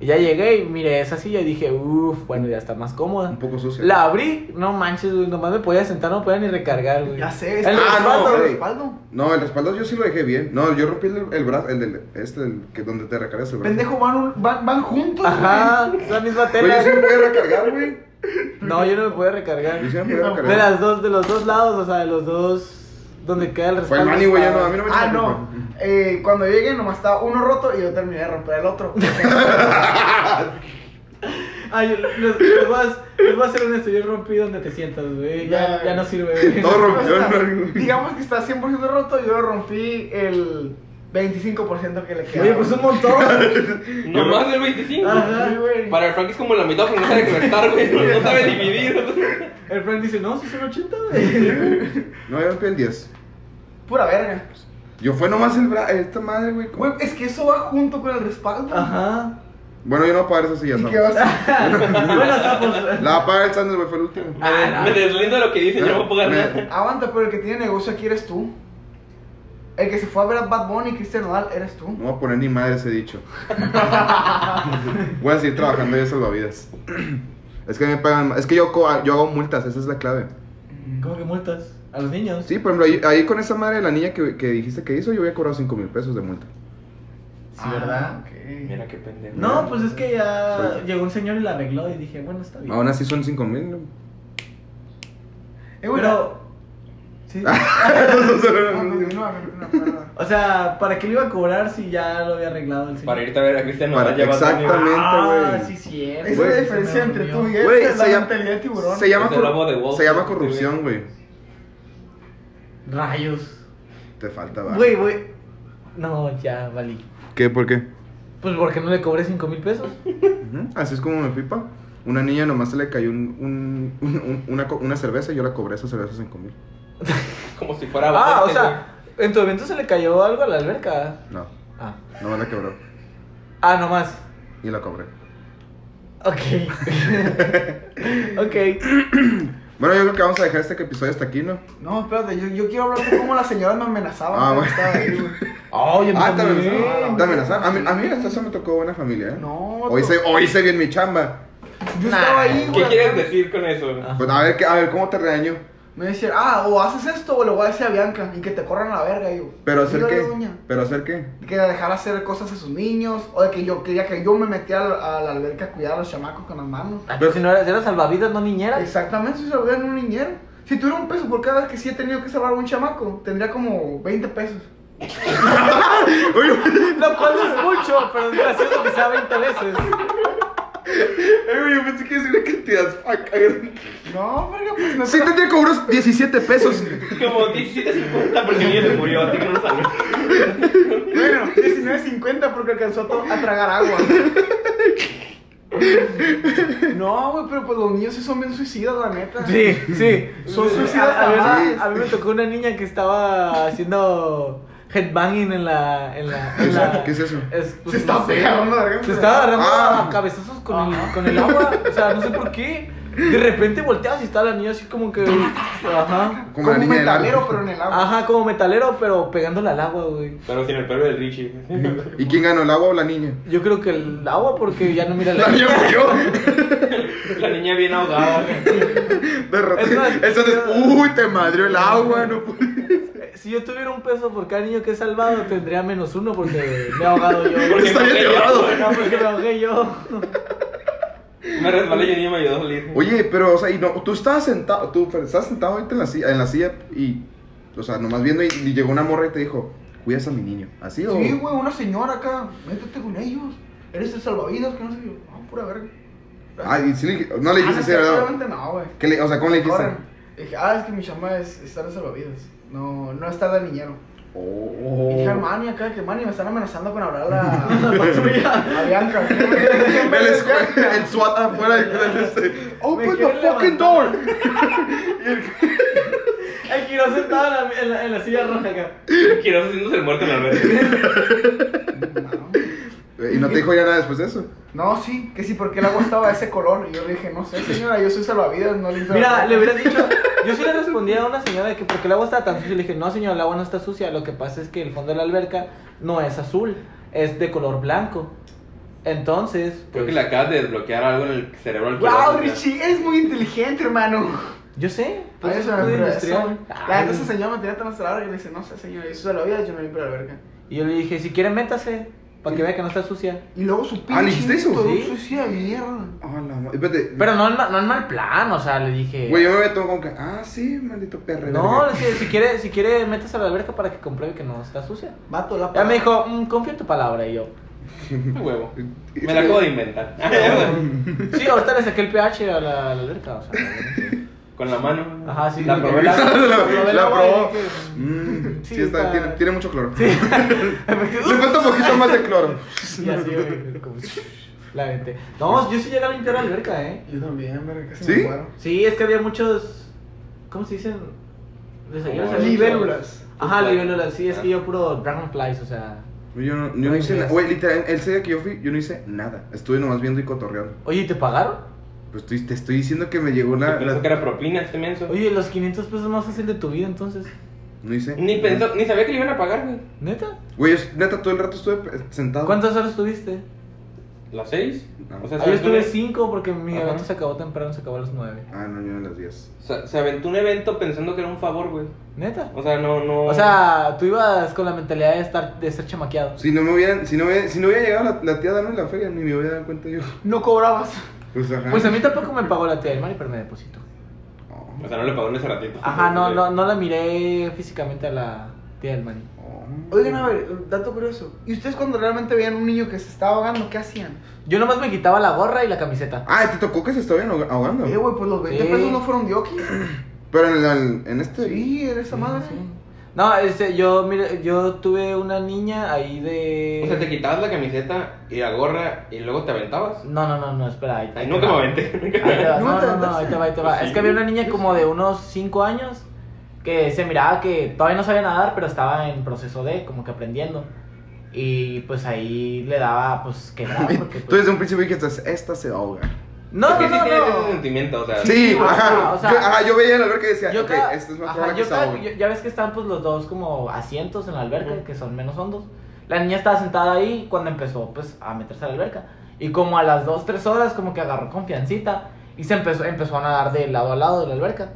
[SPEAKER 3] Y ya llegué y miré esa silla y dije, uff, bueno, ya está más cómoda.
[SPEAKER 1] Un poco sucio.
[SPEAKER 3] La abrí, no manches, güey, nomás me podía sentar, no podía ni recargar, güey.
[SPEAKER 4] Ya sé.
[SPEAKER 3] El
[SPEAKER 1] Ah, no,
[SPEAKER 3] respaldo,
[SPEAKER 1] güey.
[SPEAKER 4] el
[SPEAKER 3] güey.
[SPEAKER 4] respaldo.
[SPEAKER 1] No, el respaldo yo sí lo dejé bien. No, yo rompí el, el brazo, el del. Este, el que donde te recargas el brazo.
[SPEAKER 4] Pendejo, van, un- van, van juntos.
[SPEAKER 3] Ajá, es la misma
[SPEAKER 1] Güey, yo sí me
[SPEAKER 3] tela.
[SPEAKER 1] podía recargar, güey.
[SPEAKER 3] No, yo no me podía recargar.
[SPEAKER 1] Yo sí me podía
[SPEAKER 3] De
[SPEAKER 1] recargar.
[SPEAKER 3] las dos, de los dos lados, o sea, de los dos donde queda el
[SPEAKER 1] Fue el
[SPEAKER 3] respaldo.
[SPEAKER 1] Manny, güey, ya no,
[SPEAKER 3] estaba-
[SPEAKER 1] a mí no me
[SPEAKER 4] Ah,
[SPEAKER 1] echó la
[SPEAKER 4] no.
[SPEAKER 1] culpa.
[SPEAKER 4] Eh, cuando llegué nomás estaba uno roto y yo terminé de romper el otro.
[SPEAKER 3] Ay, les, les voy a, les voy a ser honesto, yo rompí donde te sientas, güey. Ya, ya no sirve, güey.
[SPEAKER 1] Todo rompió.
[SPEAKER 4] O sea,
[SPEAKER 1] ¿no?
[SPEAKER 4] digamos que está 100% roto y yo rompí el 25% que le quedaba.
[SPEAKER 3] Oye, pues un montón.
[SPEAKER 5] Nomás del 25.
[SPEAKER 3] Ajá.
[SPEAKER 4] Sí, güey.
[SPEAKER 5] Para el Frank es como la mitad, pero no sabe conectar, güey. No sabe dividir.
[SPEAKER 3] El Frank dice, no, sí son 80, güey.
[SPEAKER 1] No, yo rompí el 10.
[SPEAKER 4] Pura verga.
[SPEAKER 1] Yo fue nomás el brazo. Esta madre, güey.
[SPEAKER 4] Güey, es que eso va junto con el respaldo.
[SPEAKER 3] Ajá.
[SPEAKER 1] Bueno, yo no voy a pagar esa silla,
[SPEAKER 4] ¿Y
[SPEAKER 1] Samus.
[SPEAKER 4] qué vas a
[SPEAKER 3] Bueno, Sapos.
[SPEAKER 1] La va a pagar el Sanders, güey, fue el último.
[SPEAKER 5] Me, des- me deslindo de lo que dice, yo no voy a pagar
[SPEAKER 1] Me-
[SPEAKER 5] nada.
[SPEAKER 4] Aguanta, pero el que tiene negocio aquí eres tú. El que se fue a ver a Bad Bunny y Cristian Nodal eres tú.
[SPEAKER 1] No voy a poner ni madre ese dicho. Voy a seguir trabajando yo salvavidas. Es que me pagan. ma- Es que yo, co- yo hago multas, esa es la clave.
[SPEAKER 3] Mm, ¿Cómo que multas? ¿A los niños?
[SPEAKER 1] Sí, por ejemplo, ahí, ahí con esa madre de la niña que, que dijiste que hizo, yo había cobrado 5 mil pesos de multa.
[SPEAKER 3] Sí, ¿verdad?
[SPEAKER 4] Ah, ok.
[SPEAKER 5] Mira qué pendejo.
[SPEAKER 3] No, pues es que ya
[SPEAKER 1] Soy-
[SPEAKER 3] llegó un señor y la arregló y dije, bueno, está bien.
[SPEAKER 1] Aún así son 5 mil. ¿no?
[SPEAKER 4] Eh, bueno.
[SPEAKER 3] Pero. Sí.
[SPEAKER 4] No, continúa, continúa, perdón.
[SPEAKER 3] O sea, ¿para qué lo iba a cobrar si ya lo había arreglado el señor?
[SPEAKER 5] Para irte a ver a Cristian
[SPEAKER 1] Para-
[SPEAKER 5] Nodal ya va a tener-
[SPEAKER 1] exactamente.
[SPEAKER 3] Ah,
[SPEAKER 1] güey.
[SPEAKER 3] sí, cierto.
[SPEAKER 4] Esa es
[SPEAKER 1] Güey,
[SPEAKER 4] la
[SPEAKER 1] se
[SPEAKER 4] diferencia entre tú y él.
[SPEAKER 1] Güey,
[SPEAKER 4] es la
[SPEAKER 1] se llama-
[SPEAKER 4] mentalidad de tiburón.
[SPEAKER 1] Se llama,
[SPEAKER 5] Es el
[SPEAKER 1] corru-
[SPEAKER 5] lobo de Wall
[SPEAKER 1] se llama
[SPEAKER 5] Street,
[SPEAKER 1] corrupción, güey.
[SPEAKER 3] Rayos.
[SPEAKER 1] Te falta, va.
[SPEAKER 3] Güey, güey. No, ya, valí.
[SPEAKER 1] ¿Qué? ¿Por qué?
[SPEAKER 3] Pues porque no le cobré 5 mil pesos.
[SPEAKER 1] Ujú, Así es como me fui, pa. Una niña nomás se le cayó un, un- un- un- una, co- una cerveza y yo la cobré esa cerveza 5 mil.
[SPEAKER 5] Como si fuera
[SPEAKER 3] Ah, o
[SPEAKER 5] bote,
[SPEAKER 3] sea, en tu evento se le cayó algo a la alberca.
[SPEAKER 1] No,
[SPEAKER 3] Ah,
[SPEAKER 1] no me la quebró.
[SPEAKER 3] ah nomás.
[SPEAKER 1] Y la cobré.
[SPEAKER 3] Ok. ok.
[SPEAKER 1] Bueno, yo creo que vamos a dejar este episodio hasta aquí, ¿no?
[SPEAKER 4] No, espérate, yo, yo quiero hablar de cómo las señoras me amenazaban.
[SPEAKER 1] Ah,
[SPEAKER 4] cuando
[SPEAKER 1] bueno.
[SPEAKER 4] estaba ahí, güey.
[SPEAKER 3] Ay, yo
[SPEAKER 1] Ah, te
[SPEAKER 3] también.
[SPEAKER 1] amenazaron. te amenazaron. A mí, a mí hasta eso me tocó buena familia, ¿eh?
[SPEAKER 4] No,
[SPEAKER 1] Hoy hice, o hice bien mi chamba.
[SPEAKER 4] yo estaba ahí,
[SPEAKER 5] güey.
[SPEAKER 4] güey.
[SPEAKER 5] ¿Qué quieres decir con eso?
[SPEAKER 3] Ah.
[SPEAKER 1] Pues a ver, qué- a ver cómo te regaño.
[SPEAKER 4] Me decían, ah, o haces esto o le voy a decir a Bianca y que te corran a la verga, y yo.
[SPEAKER 1] Pero hacer
[SPEAKER 4] dígale,
[SPEAKER 1] qué.
[SPEAKER 4] doña,
[SPEAKER 1] Pero hacer qué.
[SPEAKER 4] Que la dejara hacer cosas a sus niños, o de que yo quería que yo me metiera a la alberca a cuidar a los chamacos con las manos.
[SPEAKER 3] Ah, Pero si no eras, eras salvavidas, no niñera.
[SPEAKER 4] Exactamente, soy salvavidas en un niñero. Si tuviera un peso por cada vez que sí he tenido que salvar a un chamaco, tendría como 20 pesos.
[SPEAKER 1] Oye,
[SPEAKER 3] Lo cual no es mucho, pero es gracioso que sea 20 veces.
[SPEAKER 1] oye, yo pensé que es una cantidad fuck.
[SPEAKER 4] No, verga, pues no
[SPEAKER 1] Sí,
[SPEAKER 4] te-
[SPEAKER 1] tendría que cobrar 17 pesos.
[SPEAKER 5] Como 17.50 porque el niño se murió, así que no sabes.
[SPEAKER 4] Bueno, 19.50 porque alcanzó a, to- a tragar agua. No, güey, pero pues los niños sí son bien suicidas, la neta.
[SPEAKER 3] Sí, sí.
[SPEAKER 4] Son suicidas
[SPEAKER 3] a, a, mí,
[SPEAKER 4] tamales.
[SPEAKER 3] a mí me tocó una niña que estaba haciendo headbanging en la. En la, en la
[SPEAKER 1] ¿Qué es eso?
[SPEAKER 3] es- pues,
[SPEAKER 4] Se
[SPEAKER 3] no
[SPEAKER 4] está
[SPEAKER 3] sé.
[SPEAKER 4] pegando, verga.
[SPEAKER 3] Se estaba agarrando
[SPEAKER 1] Ah.
[SPEAKER 3] a cabezazos con el, con el agua. O sea, no sé por qué. De repente volteas y está la niña así como que. Ajá.
[SPEAKER 1] Como Ah, la
[SPEAKER 4] un
[SPEAKER 1] niña del
[SPEAKER 4] metalero,
[SPEAKER 1] árbol.
[SPEAKER 4] pero en el agua.
[SPEAKER 3] Ajá, como metalero, pero pegándole al agua, güey.
[SPEAKER 5] Pero sin el pelo del Richie.
[SPEAKER 1] ¿Y quién ganó, el agua o la niña?
[SPEAKER 3] Yo creo que el agua, porque ya no mira
[SPEAKER 1] La niña murió.
[SPEAKER 5] La niña bien ahogada.
[SPEAKER 1] Derroté.
[SPEAKER 3] Es más,
[SPEAKER 1] Entonces,
[SPEAKER 3] yo-
[SPEAKER 1] uy, te madrió el agua, no pude.
[SPEAKER 3] Si yo tuviera un peso por cada niño que he salvado, tendría menos uno porque me he ahogado yo.
[SPEAKER 5] Porque
[SPEAKER 1] Está bien
[SPEAKER 5] me ahogué yo,
[SPEAKER 1] llevado.
[SPEAKER 5] güey, no,
[SPEAKER 3] Porque me ahogué yo.
[SPEAKER 5] Me resbalé y el niño me ayudó a salir.
[SPEAKER 1] Oye, pero, o sea, y no, tú estabas sentado, tú Fer, estabas sentado ahorita en la silla, en la silla y, o sea, nomás viendo y, y llegó una morra y te dijo, cuidas a mi niño, ¿así o?
[SPEAKER 4] Sí, güey, una señora acá. Métete con ellos. Eres el salvavidas, que no sé qué. No, pura verga.
[SPEAKER 1] Ah, y sí le dij- no le
[SPEAKER 4] Ah,
[SPEAKER 1] dijiste,
[SPEAKER 4] no,
[SPEAKER 1] sí, ¿verdad?
[SPEAKER 4] Obviamente no, güey.
[SPEAKER 1] ¿Qué le- o sea, ¿cómo le dijiste?
[SPEAKER 4] Corren. Dije, ah, es que mi chama es, está en el salvavidas. No, no está de niñero.
[SPEAKER 1] Oh.
[SPEAKER 4] Y dije, Armani, acá, que Armani me están amenazando con hablar a la. a Bianca.
[SPEAKER 1] El, escu- el SWAT afuera del- del este. Open the
[SPEAKER 3] quieren
[SPEAKER 1] fucking door.
[SPEAKER 3] levantar. El que no sentado en la, en la- en la silla roja acá.
[SPEAKER 5] Quiero haciéndose el muerto en la red.
[SPEAKER 1] Eh, Y no te dijo ya nada después de eso.
[SPEAKER 4] No, sí, que sí, porque el agua estaba de ese color. Y yo le dije, no sé, señora, yo soy salvavidas, no limpio.
[SPEAKER 3] Mira, le hubieras dicho. Yo sí le respondí a una señora de que porque el agua estaba tan sucia. Le dije, no, señora, el agua no está sucia. Lo que pasa es que el fondo de la alberca no es azul, es de color blanco. Entonces,
[SPEAKER 5] Creo que
[SPEAKER 3] pues,
[SPEAKER 5] le acabas de desbloquear algo en el cerebro al
[SPEAKER 4] Wow,
[SPEAKER 5] quirón,
[SPEAKER 4] Richie, eres muy inteligente, hermano.
[SPEAKER 3] yo sé.
[SPEAKER 4] Por
[SPEAKER 3] Pues,
[SPEAKER 4] eso
[SPEAKER 3] es
[SPEAKER 4] me
[SPEAKER 3] muy
[SPEAKER 4] acuerdo de
[SPEAKER 3] industrial.
[SPEAKER 4] eso. La
[SPEAKER 3] Ay.
[SPEAKER 4] neta, ese señor me tenía tan hasta la hora que le dice, no sé, señor, yo soy de la vida, yo no limpio la verga.
[SPEAKER 3] Y yo le dije, si quieren, métase. Para que vea que no está sucia.
[SPEAKER 4] Y luego su pinche.
[SPEAKER 1] Ah, ¿le dijiste eso?
[SPEAKER 4] todo
[SPEAKER 3] Sí.
[SPEAKER 4] sucia de mierda.
[SPEAKER 1] Ah, la ma- Espérate.
[SPEAKER 3] Pero no, en ma- no en mal plan, o sea, le dije.
[SPEAKER 1] Güey, yo me había tomado como que, ah, sí, maldito perro.
[SPEAKER 3] no, le dije, si quiere, si quiere, métase a la alberca para que compruebe que no está sucia.
[SPEAKER 4] Vato, la
[SPEAKER 3] Ya me dijo, "Mm, confío en tu palabra. Y yo,
[SPEAKER 5] güey. Huevo. Me la acabo de inventar.
[SPEAKER 3] sí, ahorita le saqué el pH a la, a la alberca, o sea. obviamente.
[SPEAKER 5] Con la mano.
[SPEAKER 3] Ajá, sí.
[SPEAKER 5] La
[SPEAKER 3] sí,
[SPEAKER 5] probé
[SPEAKER 3] que-
[SPEAKER 5] la-
[SPEAKER 3] probé el
[SPEAKER 1] la
[SPEAKER 3] agua y
[SPEAKER 1] probó.
[SPEAKER 3] dije,
[SPEAKER 1] Mm, sí,
[SPEAKER 3] Sí,
[SPEAKER 1] está,
[SPEAKER 3] está-
[SPEAKER 1] Tiene, tiene mucho cloro.
[SPEAKER 3] Sí.
[SPEAKER 1] Le falta un poquito más de cloro.
[SPEAKER 3] Y así, güey, como, la vente. No, yo sí llegué a limpiar la alberca, eh.
[SPEAKER 4] Yo también, verga, casi
[SPEAKER 1] ¿Sí?
[SPEAKER 4] me muero.
[SPEAKER 3] Sí, es que había muchos. ¿Cómo se dicen? Desayunos.
[SPEAKER 5] Como
[SPEAKER 1] Ah,
[SPEAKER 5] Ah.
[SPEAKER 3] Libélulas.
[SPEAKER 4] libélulas.
[SPEAKER 3] Ajá, libélulas. Sí, es que yo puro dragonflies, o sea.
[SPEAKER 1] Yo no, yo no hice nada. Güey, literal, el día que yo fui, yo no hice nada. Estuve nomás viendo y cotorreando.
[SPEAKER 3] Oye, ¿y ¿te pagaron?
[SPEAKER 1] Pues estoy- te estoy diciendo que me llegó la.
[SPEAKER 5] Pensó
[SPEAKER 1] la-
[SPEAKER 5] que era propina este menso.
[SPEAKER 3] Oye, los 500 pesos más fácil de tu vida entonces.
[SPEAKER 1] No hice.
[SPEAKER 5] Ni pensó, ni sabía que le iban a pagar, güey.
[SPEAKER 3] ¿Neta?
[SPEAKER 1] Güey, yo neta, todo el rato estuve eh, sentado.
[SPEAKER 3] ¿Cuántas horas tuviste?
[SPEAKER 5] ¿Las seis?
[SPEAKER 1] No.
[SPEAKER 5] O sea,
[SPEAKER 3] Yo
[SPEAKER 5] se aventó, un,
[SPEAKER 3] estuve 5 porque mi
[SPEAKER 5] Ajá.
[SPEAKER 3] evento se acabó temprano, se acabó a las 9.
[SPEAKER 1] Ah, no, yo a las 10.
[SPEAKER 5] e- se- se aventó un evento pensando que era un favor, güey.
[SPEAKER 3] ¿Neta?
[SPEAKER 5] O sea, no, no.
[SPEAKER 3] O sea, tú ibas con la mentalidad de estar de ser chamaqueado.
[SPEAKER 1] Si no me hubieran, si no hubiera, si no hubiera llegado la, la tía Dano en la feria, ni me hubiera dado cuenta yo.
[SPEAKER 4] No cobrabas.
[SPEAKER 1] Pues ajá.
[SPEAKER 3] Pues a mí tampoco me pagó la tía del Mari, pero me depositó.
[SPEAKER 1] Oh,
[SPEAKER 5] O sea, no le pagó en ese ratito.
[SPEAKER 3] Ajá, no, no, no la miré físicamente a la tía del Mari.
[SPEAKER 1] oh.
[SPEAKER 4] Oigan, a ver, dato curioso. ¿Y ustedes cuando realmente veían un niño que se estaba ahogando, qué hacían?
[SPEAKER 3] Yo nomás me quitaba la gorra y la camiseta.
[SPEAKER 1] Ah, te tocó que se estaban ahoga- ahogando.
[SPEAKER 4] Eh, güey, pues los 20
[SPEAKER 3] Sí.
[SPEAKER 4] pesos no fueron de Oki.
[SPEAKER 1] Pero en, el- en este.
[SPEAKER 4] Sí, en esa madre.
[SPEAKER 3] Sí. No, este, yo, mire, yo tuve una niña ahí de...
[SPEAKER 5] O sea, te quitabas la camiseta y la gorra y luego te aventabas.
[SPEAKER 3] No, no, no, no, espera, ahí,
[SPEAKER 5] Ay,
[SPEAKER 3] ahí
[SPEAKER 5] nunca
[SPEAKER 3] va.
[SPEAKER 5] me aventé. nunca
[SPEAKER 3] Ahí te va,
[SPEAKER 4] ¿Nunca
[SPEAKER 3] No,
[SPEAKER 4] te
[SPEAKER 3] no, no,
[SPEAKER 4] aventaste?
[SPEAKER 3] ahí te va, ahí te va.
[SPEAKER 5] Pues
[SPEAKER 3] Es
[SPEAKER 5] sí.
[SPEAKER 3] que había una niña como de unos 5 años que se miraba que todavía no sabía nadar, pero estaba en proceso de, como que aprendiendo. Y pues ahí le daba, pues, quebrada. Porque,
[SPEAKER 1] Tú
[SPEAKER 3] pues...
[SPEAKER 1] desde un principio dijiste, esta se ahoga.
[SPEAKER 3] No,
[SPEAKER 5] Es que
[SPEAKER 3] no,
[SPEAKER 5] sí
[SPEAKER 3] no,
[SPEAKER 5] tienes ese
[SPEAKER 3] no.
[SPEAKER 5] sentimiento, o sea.
[SPEAKER 1] Sí,
[SPEAKER 3] o sea,
[SPEAKER 1] ajá.
[SPEAKER 3] o sea,
[SPEAKER 1] yo, ajá, yo veía el alberca y decía, ok,
[SPEAKER 3] cada-
[SPEAKER 1] este es más
[SPEAKER 3] ajá,
[SPEAKER 1] probable
[SPEAKER 3] yo
[SPEAKER 1] que se
[SPEAKER 3] cada-
[SPEAKER 1] ahogue.
[SPEAKER 3] yo- ya ves que están pues los dos como asientos en la alberca
[SPEAKER 5] Ujú.
[SPEAKER 3] que son menos hondos. La niña estaba sentada ahí cuando empezó pues a meterse a la alberca y como a las 2, 3 horas como que agarró confiancita y se empezó empezó a nadar de lado a lado de la alberca.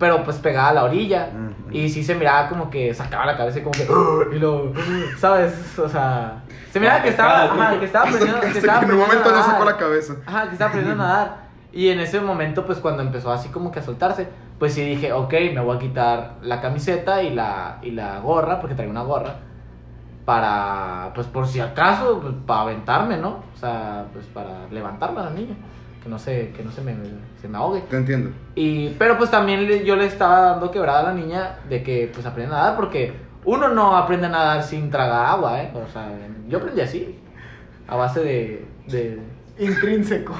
[SPEAKER 3] Pero pues pegada a la orilla
[SPEAKER 1] Ujú.
[SPEAKER 3] y sí se miraba como que sacaba la cabeza y como que "Ugh", y lo ¿sabes? O sea, se miraba que estaba, ajá, que estaba aprendiendo, que
[SPEAKER 1] Hasta
[SPEAKER 3] estaba
[SPEAKER 1] que en un momento
[SPEAKER 3] aprendiendo a
[SPEAKER 1] no sacó
[SPEAKER 3] nadar.
[SPEAKER 1] la cabeza.
[SPEAKER 3] Ajá, que estaba aprendiendo a nadar. Y en ese momento, pues cuando empezó así como que a soltarse, pues sí dije, ok, me voy a quitar la camiseta y la, y la gorra, porque traía una gorra, para, pues por si acaso, pues, para aventarme, ¿no? O sea, pues para levantarla a la niña, que no se, que no se me, se me ahogue.
[SPEAKER 1] Te entiendo.
[SPEAKER 3] Y, pero pues también le- yo le estaba dando quebrada a la niña de que pues aprenda a nadar, porque uno no aprende a nadar sin tragar agua, ¿eh? O sea, yo aprendí así, a base de- de
[SPEAKER 4] Intrínseco.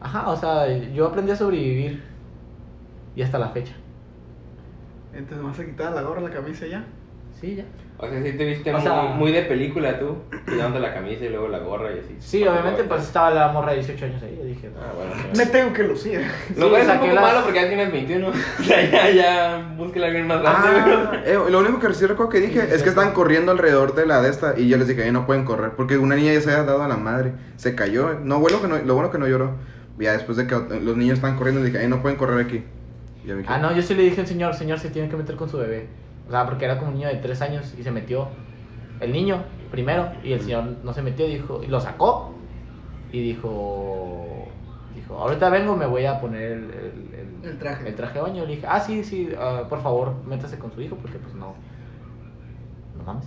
[SPEAKER 3] Ajá, o sea, yo aprendí a sobrevivir. Y hasta la fecha.
[SPEAKER 4] Entonces me vas a quitar la gorra, la camisa y ya.
[SPEAKER 3] Sí, ya.
[SPEAKER 5] O sea, sí te viste
[SPEAKER 3] O
[SPEAKER 5] muy,
[SPEAKER 3] sea-
[SPEAKER 5] muy de película tú, quitándote la camisa y luego la gorra y así.
[SPEAKER 3] Sí, obviamente, pues estaba la morra de 18 años ahí. Yo dije,
[SPEAKER 5] Ah, bueno.
[SPEAKER 4] Me
[SPEAKER 5] sí.
[SPEAKER 4] tengo que lucir.
[SPEAKER 5] Lo cual es un
[SPEAKER 3] saqué
[SPEAKER 5] poco
[SPEAKER 3] las-
[SPEAKER 5] malo porque ya tienes 21. O sea, ya, ya, búsquela bien más grande, güey.
[SPEAKER 1] Ah, eh, lo único que sí recuerdo que dije es que están corriendo alrededor de la de esta y yo les dije, "Eh, no pueden correr porque una niña ya se había dado a la madre, se cayó, eh. no bueno que no, lo bueno que no lloró. Ya después de que ot- los niños estaban corriendo dije, "Eh, no pueden correr aquí." Y ya me
[SPEAKER 3] ah, no, yo sí le dije al señor, señor, se tiene que meter con su bebé. O sea, porque era como un niño de 3 años y se metió el niño primero. Y el señor no se metió, dijo, y lo sacó. Y dijo, dijo, ahorita vengo, me voy a poner el, el- el-
[SPEAKER 4] El traje.
[SPEAKER 3] el traje de baño. Le dije, ah, sí, sí, ah, por favor, métase con su hijo porque pues no. No mames.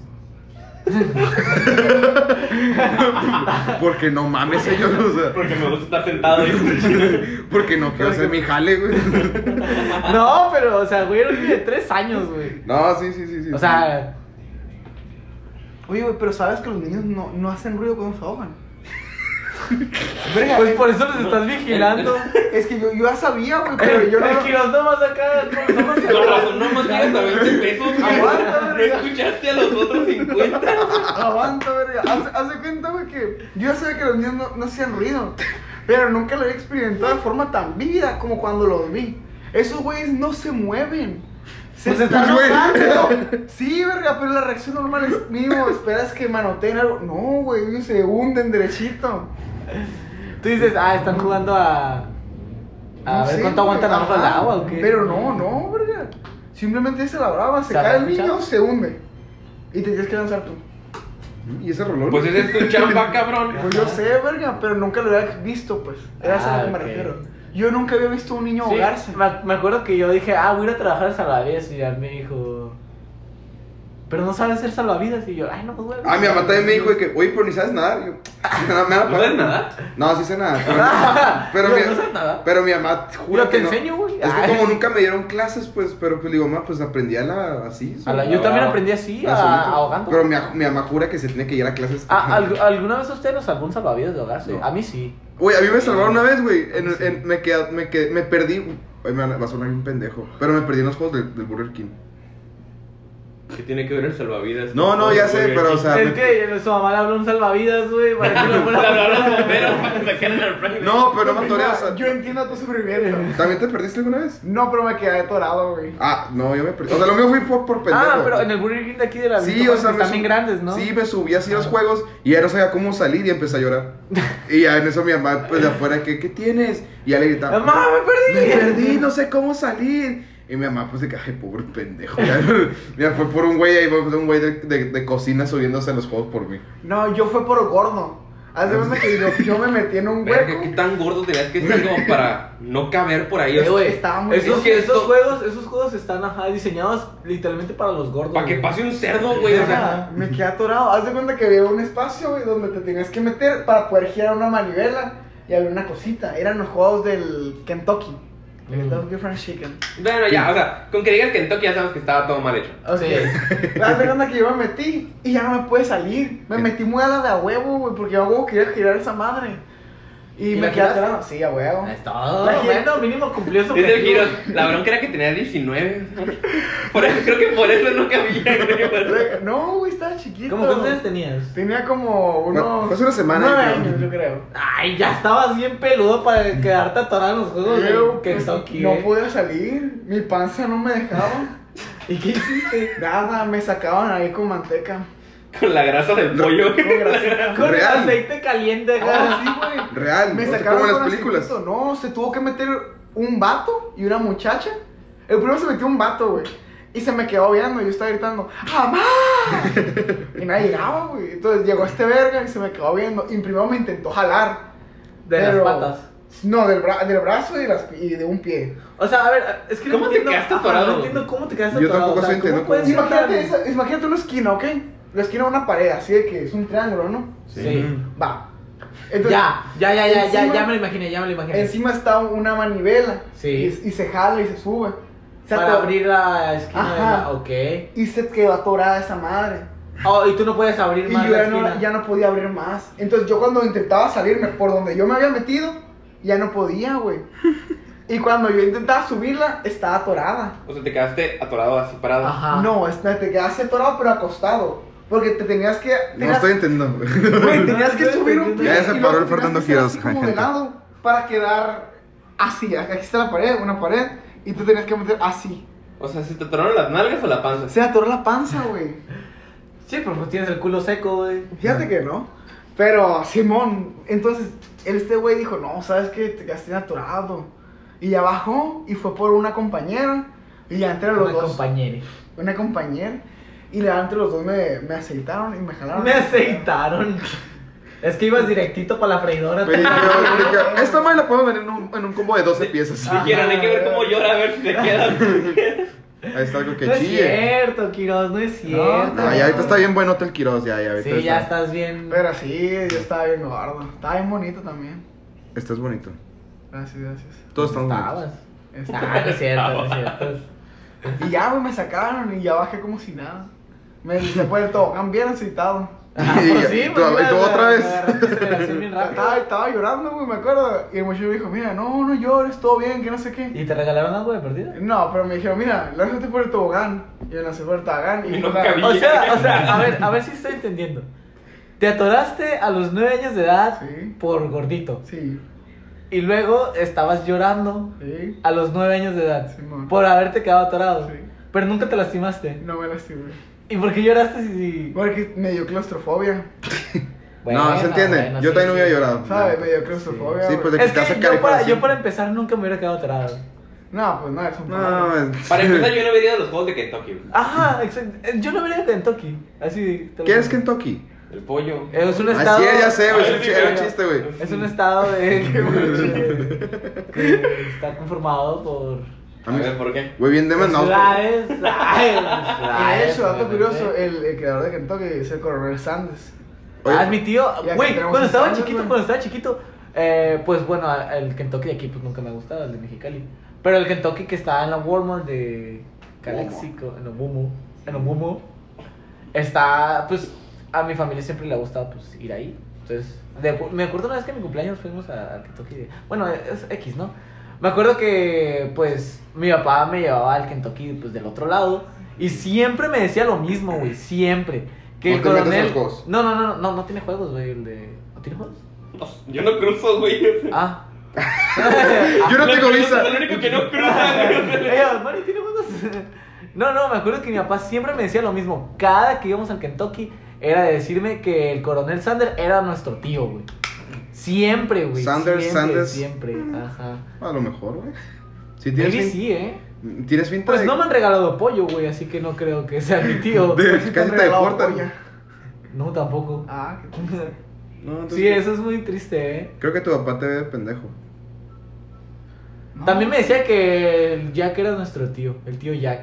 [SPEAKER 1] Porque no mames, ellos, o sea,
[SPEAKER 5] Porque me gusta estar sentado y
[SPEAKER 1] porque no quiero hacer mi jale, güey.
[SPEAKER 3] No, pero, o sea, güey, era un niño de tres años, güey.
[SPEAKER 1] No, sí, sí, sí, sí.
[SPEAKER 3] O sea,
[SPEAKER 4] Oye, güey, pero sabes que los niños no, no hacen ruido cuando se ahogan. Verga,
[SPEAKER 3] pues
[SPEAKER 4] eh,
[SPEAKER 3] por eso los estás vigilando.
[SPEAKER 4] es que yo, yo ya sabía, güey, pero yo no.
[SPEAKER 3] Es que los tomas acá, los tomas
[SPEAKER 5] Con razón, no más llegas a 20 pesos, güey.
[SPEAKER 4] Aguanta,
[SPEAKER 5] No
[SPEAKER 4] verga.
[SPEAKER 5] escuchaste a los otros 50.
[SPEAKER 4] Aguanta, verga. Haz, haz de cuenta, güey, que yo ya sabía que los niños no, no hacían ruido. Pero nunca lo había experimentado de forma tan vívida como cuando los vi. Esos güeyes no se mueven. Se
[SPEAKER 1] Pues
[SPEAKER 4] están
[SPEAKER 1] estás, güey.
[SPEAKER 4] ahogando. Sí, verga, pero la reacción normal es mínimo. Esperas que manoteen algo. No, güey, ellos se hunden derechito.
[SPEAKER 3] Tú dices, ah, están jugando a. A
[SPEAKER 4] No
[SPEAKER 3] ver
[SPEAKER 4] sé,
[SPEAKER 3] cuánto
[SPEAKER 4] güey.
[SPEAKER 3] aguantan abajo del
[SPEAKER 4] Ajá.
[SPEAKER 3] agua o qué.
[SPEAKER 4] Ah, Pero no, no, verga. Simplemente se la brava, se
[SPEAKER 3] ¿Se habrá
[SPEAKER 4] cae el
[SPEAKER 3] escuchado?
[SPEAKER 4] niño, se hunde. Y te tienes que lanzar tú.
[SPEAKER 1] ¿Y ese rolón?
[SPEAKER 5] Pues esa es tu chamba, cabrón.
[SPEAKER 4] Pues yo sé, verga, pero nunca lo había visto, pues. Era eso a lo que
[SPEAKER 3] Ah,
[SPEAKER 4] me
[SPEAKER 3] ok.
[SPEAKER 4] refiero. Yo nunca había visto a un niño
[SPEAKER 3] Sí,
[SPEAKER 4] ahogarse.
[SPEAKER 3] me, me acuerdo que yo dije, ah, voy a ir a trabajar en salvavidas. Y ya me dijo, pero no sabes ser salvavidas. Y yo, ay, no, pues, güey.
[SPEAKER 1] Ah, mi mamá también me dijo de que, "Oye, pero ni sabes nadar." Y yo, "No, me van a
[SPEAKER 5] ¿No
[SPEAKER 1] pagar".
[SPEAKER 5] ves nada?
[SPEAKER 1] No, sí sé nada. Pero,
[SPEAKER 3] Yo
[SPEAKER 1] pero,
[SPEAKER 3] no
[SPEAKER 1] mi,
[SPEAKER 3] sé nada.
[SPEAKER 1] pero mi mamá jura
[SPEAKER 3] Yo te
[SPEAKER 1] que no.
[SPEAKER 3] enseño, güey.
[SPEAKER 1] Es que
[SPEAKER 3] Ay.
[SPEAKER 1] como nunca me dieron clases, pues, pero pues digo, mamá, pues aprendí a la, así.
[SPEAKER 3] A la-
[SPEAKER 1] sola-
[SPEAKER 3] yo también aprendí así,
[SPEAKER 1] a
[SPEAKER 3] a,
[SPEAKER 1] Ah, solito".
[SPEAKER 3] ahogando.
[SPEAKER 1] Pero mi, aj- mi mamá jura que se tiene que ir a clases.
[SPEAKER 3] Ah, ¿alg- ¿Alguna vez a usted nos salvó un salvavidas de ahogarse?
[SPEAKER 1] No.
[SPEAKER 3] A mí sí.
[SPEAKER 1] Güey, a mí me salvaron una vez, güey. En,
[SPEAKER 3] Sí.
[SPEAKER 1] en- me, quedé, me, quedé- me perdí. Ay, me va a sonar un pendejo. Pero me perdí en los juegos del, del Burger King.
[SPEAKER 5] ¿Qué tiene que ver el salvavidas?
[SPEAKER 1] No, no, ya sé, pero, o sea,
[SPEAKER 3] Es que su mamá le habló un salvavidas, güey, para que lo
[SPEAKER 5] Le
[SPEAKER 3] fuera
[SPEAKER 5] hablaron los bomberos para sacarle al Frank.
[SPEAKER 1] No, pero no me atoré, o sea,
[SPEAKER 4] Yo entiendo tu sufrimiento.
[SPEAKER 1] ¿También te perdiste alguna vez?
[SPEAKER 4] No, pero me quedé atorado, güey.
[SPEAKER 1] Ah, no, yo me perdí. O sea, lo mío fue por, por pendejo.
[SPEAKER 3] Ah, pero en el Burger King de aquí de la
[SPEAKER 1] Sí,
[SPEAKER 3] Villa,
[SPEAKER 1] o sea, me
[SPEAKER 3] pues, están
[SPEAKER 1] sub-
[SPEAKER 3] bien grandes, ¿no?
[SPEAKER 1] Sí, me subí así a los juegos y ya no sabía cómo salir y empecé a llorar. Y ya en eso mi mamá, pues de afuera, ¿qué, qué tienes? Y ya le gritaba,
[SPEAKER 3] Mamá, ¡Ah, me
[SPEAKER 1] me
[SPEAKER 3] perdí.
[SPEAKER 1] perdí, no sé cómo salir. Y mi mamá, pues de que, ay, pobre pendejo. Ya, ya fue por un güey ahí, fue un güey de, de- de cocina subiéndose a los juegos por mí.
[SPEAKER 4] No, yo fue por gordo. Haz de cuenta que yo, yo me metí en un
[SPEAKER 5] Verga,
[SPEAKER 4] hueco.
[SPEAKER 5] ¿Qué tan gordo tenías que estar como para no caber por ahí? O
[SPEAKER 3] Eh,
[SPEAKER 5] sea,
[SPEAKER 3] güey,
[SPEAKER 4] estaba muy-
[SPEAKER 3] esos,
[SPEAKER 5] Es que
[SPEAKER 3] esos
[SPEAKER 5] esto-
[SPEAKER 3] juegos, esos juegos están ajá, diseñados literalmente para los gordos.
[SPEAKER 5] para que
[SPEAKER 3] güey.
[SPEAKER 5] pase un cerdo, güey. O sea,
[SPEAKER 4] Ajá, me quedé atorado. Haz de cuenta que había un espacio, güey, donde te tenías que meter para poder girar una manivela y había una cosita. Eran los juegos del Kentucky. El
[SPEAKER 3] Mm.
[SPEAKER 4] Kentucky Fried Chicken.
[SPEAKER 5] bueno, ya, o sea, con que digas Kentucky ya sabes que estaba todo mal hecho.
[SPEAKER 4] Ok. Haz de cuenta que yo me metí y ya no me pude salir. Me
[SPEAKER 1] ¿Qué?
[SPEAKER 4] metí muy a la de a huevo, güey, porque yo a huevo quería girar esa madre. Y,
[SPEAKER 3] ¿Y la
[SPEAKER 4] me quedé
[SPEAKER 3] giraste?
[SPEAKER 4] atorado. Sí, a huevo.
[SPEAKER 3] Ahí está. bueno, mínimo cumplió su
[SPEAKER 5] Dice el
[SPEAKER 3] objetivo.
[SPEAKER 5] giro, la bronca era que tenía 19. Por eso, creo que por eso no cabía. creo que por eso.
[SPEAKER 4] No, güey, estaba chiquito.
[SPEAKER 3] ¿Cómo cuántos años tenías?
[SPEAKER 4] Tenía como
[SPEAKER 1] Fue-
[SPEAKER 4] unos.
[SPEAKER 1] fue hace una semana, yo
[SPEAKER 4] Nueve
[SPEAKER 1] creo.
[SPEAKER 4] años, yo creo.
[SPEAKER 3] Ay, ya estabas bien peludo para quedarte atorado en los juegos
[SPEAKER 4] Yo,
[SPEAKER 3] de
[SPEAKER 1] pues,
[SPEAKER 3] Kentucky.
[SPEAKER 4] no
[SPEAKER 3] eh.
[SPEAKER 4] podía salir, mi panza no me dejaba.
[SPEAKER 3] ¿Y qué hiciste?
[SPEAKER 4] Nada, me sacaban ahí con manteca.
[SPEAKER 5] Con la grasa del pollo.
[SPEAKER 4] Con grasa.
[SPEAKER 3] Con el
[SPEAKER 1] Real.
[SPEAKER 3] aceite caliente, güey.
[SPEAKER 4] Ah, sí, güey.
[SPEAKER 1] Real,
[SPEAKER 4] Me
[SPEAKER 1] o sea,
[SPEAKER 4] sacaron
[SPEAKER 1] como en las
[SPEAKER 4] con
[SPEAKER 1] películas.
[SPEAKER 4] aceitito. No, se tuvo que meter un vato y una muchacha. El primero se metió un vato, güey. Y se me quedó viendo y yo estaba gritando, ¡Mamá! y nadie llegaba, güey. Entonces llegó este verga y se me quedó viendo. Y primero me intentó jalar.
[SPEAKER 3] De
[SPEAKER 4] pero-
[SPEAKER 3] las patas.
[SPEAKER 4] No, del, bra- del brazo y, de las- y de un pie.
[SPEAKER 3] O sea, a ver, es que
[SPEAKER 5] ¿Cómo
[SPEAKER 3] no
[SPEAKER 5] te
[SPEAKER 3] entiendo,
[SPEAKER 5] quedaste
[SPEAKER 3] ajá,
[SPEAKER 5] atorado?
[SPEAKER 3] No entiendo cómo te quedaste
[SPEAKER 1] Yo
[SPEAKER 3] atorado.
[SPEAKER 1] tampoco
[SPEAKER 3] o sea,
[SPEAKER 1] soy entero,
[SPEAKER 3] ¿cómo puedes
[SPEAKER 1] ¿cómo?
[SPEAKER 3] ser
[SPEAKER 4] Imagínate,
[SPEAKER 3] tan-
[SPEAKER 4] esa- imagínate una esquina, ¿ok? La esquina de una pared, así de que es un triángulo, ¿no?
[SPEAKER 3] Sí.
[SPEAKER 4] Va.
[SPEAKER 3] Ya, ya, ya, ya, ya,
[SPEAKER 4] encima-
[SPEAKER 3] ya me lo imaginé, ya me lo imaginé.
[SPEAKER 4] Encima está una manivela.
[SPEAKER 3] Sí.
[SPEAKER 4] Y, y se jala y se sube. Se
[SPEAKER 3] Para
[SPEAKER 4] ator-
[SPEAKER 3] abrir la esquina de la...
[SPEAKER 4] Ajá.
[SPEAKER 3] Ok.
[SPEAKER 4] Y se quedó atorada esa madre.
[SPEAKER 3] Oh, y tú no puedes abrir
[SPEAKER 4] Y
[SPEAKER 3] más
[SPEAKER 4] yo
[SPEAKER 3] la
[SPEAKER 4] ya no,
[SPEAKER 3] esquina.
[SPEAKER 4] ya no podía abrir más. Entonces yo cuando intentaba salirme por donde yo me había metido, ya no podía, güey. Y cuando yo intentaba subirla, estaba atorada.
[SPEAKER 5] O sea, te quedaste atorado así parado.
[SPEAKER 3] Ajá.
[SPEAKER 4] No, es- te quedaste atorado pero acostado. Porque te tenías que...
[SPEAKER 1] No
[SPEAKER 4] tenías-
[SPEAKER 1] estoy entendiendo.
[SPEAKER 4] Güey, tenías que
[SPEAKER 3] No,
[SPEAKER 4] subir
[SPEAKER 3] no,
[SPEAKER 4] un
[SPEAKER 3] no,
[SPEAKER 4] pie.
[SPEAKER 1] ya se
[SPEAKER 4] y
[SPEAKER 1] paró el
[SPEAKER 4] luego tenías
[SPEAKER 1] Fernando
[SPEAKER 4] que hacer
[SPEAKER 1] Quiroz,
[SPEAKER 4] así como
[SPEAKER 1] gente.
[SPEAKER 4] de lado para quedar así. Aquí está la pared, una pared. Y tú tenías que meter así.
[SPEAKER 5] O sea, ¿se te atoraron las nalgas o la panza?
[SPEAKER 4] Se atoró la panza, güey.
[SPEAKER 3] Sí, pero pues tienes el culo seco, güey.
[SPEAKER 4] Fíjate que no. Pero, Simón, entonces, este güey dijo, no, ¿sabes qué? Te quedaste atorado. Y ya bajó y fue por una compañera. Y ya entre los
[SPEAKER 3] Una
[SPEAKER 4] dos,
[SPEAKER 3] compañera.
[SPEAKER 4] una compañera. Y ya entre los dos me, me aceitaron y me jalaron.
[SPEAKER 3] Me aceitaron. Es que ibas directito para la freidora.
[SPEAKER 1] Me dijeron, me dijeron, esta madre la podemos vender en un, en un combo de 12 piezas.
[SPEAKER 3] Ah.
[SPEAKER 5] Dijeron, hay que ver cómo llora, a ver si te queda.
[SPEAKER 1] Ahí está algo que eh.
[SPEAKER 3] no es
[SPEAKER 1] chille.
[SPEAKER 3] cierto, Quiroz, no es cierto.
[SPEAKER 1] No, ya ahorita está bien bueno el Quiroz, ya, ya. ahorita
[SPEAKER 3] Sí, ya estás bien.
[SPEAKER 4] Pero sí, yo estaba bien gordo. Estaba bien bonito también.
[SPEAKER 1] Estás bonito.
[SPEAKER 4] Gracias, gracias.
[SPEAKER 1] Todos estamos bonitos.
[SPEAKER 3] Estabas. Ah,
[SPEAKER 4] Este,
[SPEAKER 3] no es cierto, no es cierto.
[SPEAKER 4] y ya, güey, me sacaron y ya bajé como si nada. Me deslice por el tobogán bien excitado.
[SPEAKER 3] Ah, pues sí,
[SPEAKER 1] Y
[SPEAKER 3] pues
[SPEAKER 1] tú-
[SPEAKER 3] mira,
[SPEAKER 1] y tú otra vez.
[SPEAKER 3] agarraste aceleración bien rápido.
[SPEAKER 4] Estaba, estaba llorando, güey, me acuerdo. Y el muchacho me dijo, mira, no, no llores, todo bien, que no sé qué.
[SPEAKER 3] ¿Y te regalaron algo de perdido?
[SPEAKER 4] No, pero me dijeron, mira, lánzate por el tobogán. Y yo lancé por el tobogán y,
[SPEAKER 5] Y no
[SPEAKER 4] la-
[SPEAKER 5] cabía.
[SPEAKER 3] O sea, o sea, a ver, a ver si estoy entendiendo. Te atoraste a los nueve años de edad
[SPEAKER 4] Sí.
[SPEAKER 3] por gordito.
[SPEAKER 4] Sí,
[SPEAKER 3] Y luego estabas llorando
[SPEAKER 4] sí.
[SPEAKER 3] a los nueve años de edad
[SPEAKER 4] Simón.
[SPEAKER 3] por haberte quedado atorado.
[SPEAKER 4] Sí.
[SPEAKER 3] Pero nunca te lastimaste.
[SPEAKER 4] No me lastimé.
[SPEAKER 3] ¿Y por qué lloraste si.? si-
[SPEAKER 4] Porque me dio claustrofobia.
[SPEAKER 1] no,
[SPEAKER 3] Bueno,
[SPEAKER 1] se entiende.
[SPEAKER 3] bueno,
[SPEAKER 1] Yo
[SPEAKER 3] sí,
[SPEAKER 1] también
[SPEAKER 3] sí.
[SPEAKER 1] hubiera llorado.
[SPEAKER 4] ¿Sabes?
[SPEAKER 1] la
[SPEAKER 4] Me
[SPEAKER 1] neta.
[SPEAKER 4] dio claustrofobia.
[SPEAKER 1] Sí,
[SPEAKER 4] güey.
[SPEAKER 1] pues de que
[SPEAKER 3] Es
[SPEAKER 1] te vas a
[SPEAKER 3] que yo para,
[SPEAKER 1] caricaturizar.
[SPEAKER 3] yo para empezar nunca me hubiera quedado atorado.
[SPEAKER 4] No, pues no, es un
[SPEAKER 1] No,
[SPEAKER 4] problema.
[SPEAKER 1] es-
[SPEAKER 5] Para empezar, yo no vería los juegos de Kentucky. güey.
[SPEAKER 3] Ajá, exacto. Yo lo vería en Kentucky. Así. te lo
[SPEAKER 1] ¿Qué
[SPEAKER 3] digo.
[SPEAKER 1] es Kentucky?
[SPEAKER 5] El pollo.
[SPEAKER 3] Es un
[SPEAKER 1] Así
[SPEAKER 3] estado.
[SPEAKER 1] es, ya sé, güey.
[SPEAKER 5] A
[SPEAKER 1] Es
[SPEAKER 5] ver
[SPEAKER 1] un
[SPEAKER 5] si
[SPEAKER 1] chi- era un
[SPEAKER 5] veo.
[SPEAKER 1] chiste, güey.
[SPEAKER 3] Es un estado de. que está conformado por. Pues
[SPEAKER 1] A
[SPEAKER 5] A
[SPEAKER 1] mí-
[SPEAKER 5] ver, ¿por qué?
[SPEAKER 1] Güey, bien demandado.
[SPEAKER 3] Ciudades. Ay,
[SPEAKER 4] Y de
[SPEAKER 3] ciudades,
[SPEAKER 4] hecho, dato
[SPEAKER 3] obviamente.
[SPEAKER 4] curioso, eh, el, el creador de Kentucky es el coronel Sanders.
[SPEAKER 3] Ah, mi tío,
[SPEAKER 4] Ya que
[SPEAKER 3] güey,
[SPEAKER 4] tenemos
[SPEAKER 3] cuando estaba
[SPEAKER 4] historias,
[SPEAKER 3] chiquito,
[SPEAKER 4] güey.
[SPEAKER 3] cuando estaba chiquito, eh, pues bueno, a- el Kentucky de aquí pues nunca me ha gustado, el de Mexicali. Pero el Kentucky que está en la Walmart de Calexico, en Omumu, en Omumu, está, pues a mi familia siempre le ha gustado pues ir ahí. Entonces, de- me acuerdo una vez que en mi cumpleaños fuimos a- al Kentucky de, bueno, es X, ¿no? Me acuerdo que pues mi papá me llevaba al Kentucky pues del otro lado Y siempre me decía lo mismo, güey. Siempre. Que
[SPEAKER 1] No
[SPEAKER 3] el
[SPEAKER 1] te metas en
[SPEAKER 3] coronel.
[SPEAKER 1] los juegos.
[SPEAKER 3] No, no, no, no, no, no tiene juegos, güey. El de. ¿No tiene juegos?
[SPEAKER 5] Yo no cruzo, güey.
[SPEAKER 3] Ah.
[SPEAKER 1] Yo no tengo visa.
[SPEAKER 5] Lo único que no cruza, güey.
[SPEAKER 3] Ey, Mari, ¿tiene juegos? No, no, me acuerdo que mi papá siempre me decía lo mismo. Cada que íbamos al Kentucky era de decirme que el coronel Sander era nuestro tío, güey. Siempre, güey.
[SPEAKER 1] Sanders,
[SPEAKER 3] siempre,
[SPEAKER 1] Sanders.
[SPEAKER 3] Siempre, ajá.
[SPEAKER 1] A lo mejor, güey. Si tienes,
[SPEAKER 3] Maybe
[SPEAKER 1] fin-
[SPEAKER 3] sí, ¿eh?
[SPEAKER 1] ¿Tienes finta
[SPEAKER 3] Pues
[SPEAKER 1] de-
[SPEAKER 3] no me han regalado pollo, güey, así que no creo que sea mi tío.
[SPEAKER 1] de-
[SPEAKER 4] Sí te han
[SPEAKER 1] casi te
[SPEAKER 4] regalado
[SPEAKER 1] deportan.
[SPEAKER 4] polla.
[SPEAKER 3] No, tampoco.
[SPEAKER 4] Ah, qué
[SPEAKER 1] No, entonces-
[SPEAKER 3] Sí, eso es muy triste, ¿eh?
[SPEAKER 1] Creo que tu papá te ve de pendejo.
[SPEAKER 4] No.
[SPEAKER 3] También me decía que el Jack era nuestro tío, el tío Jack.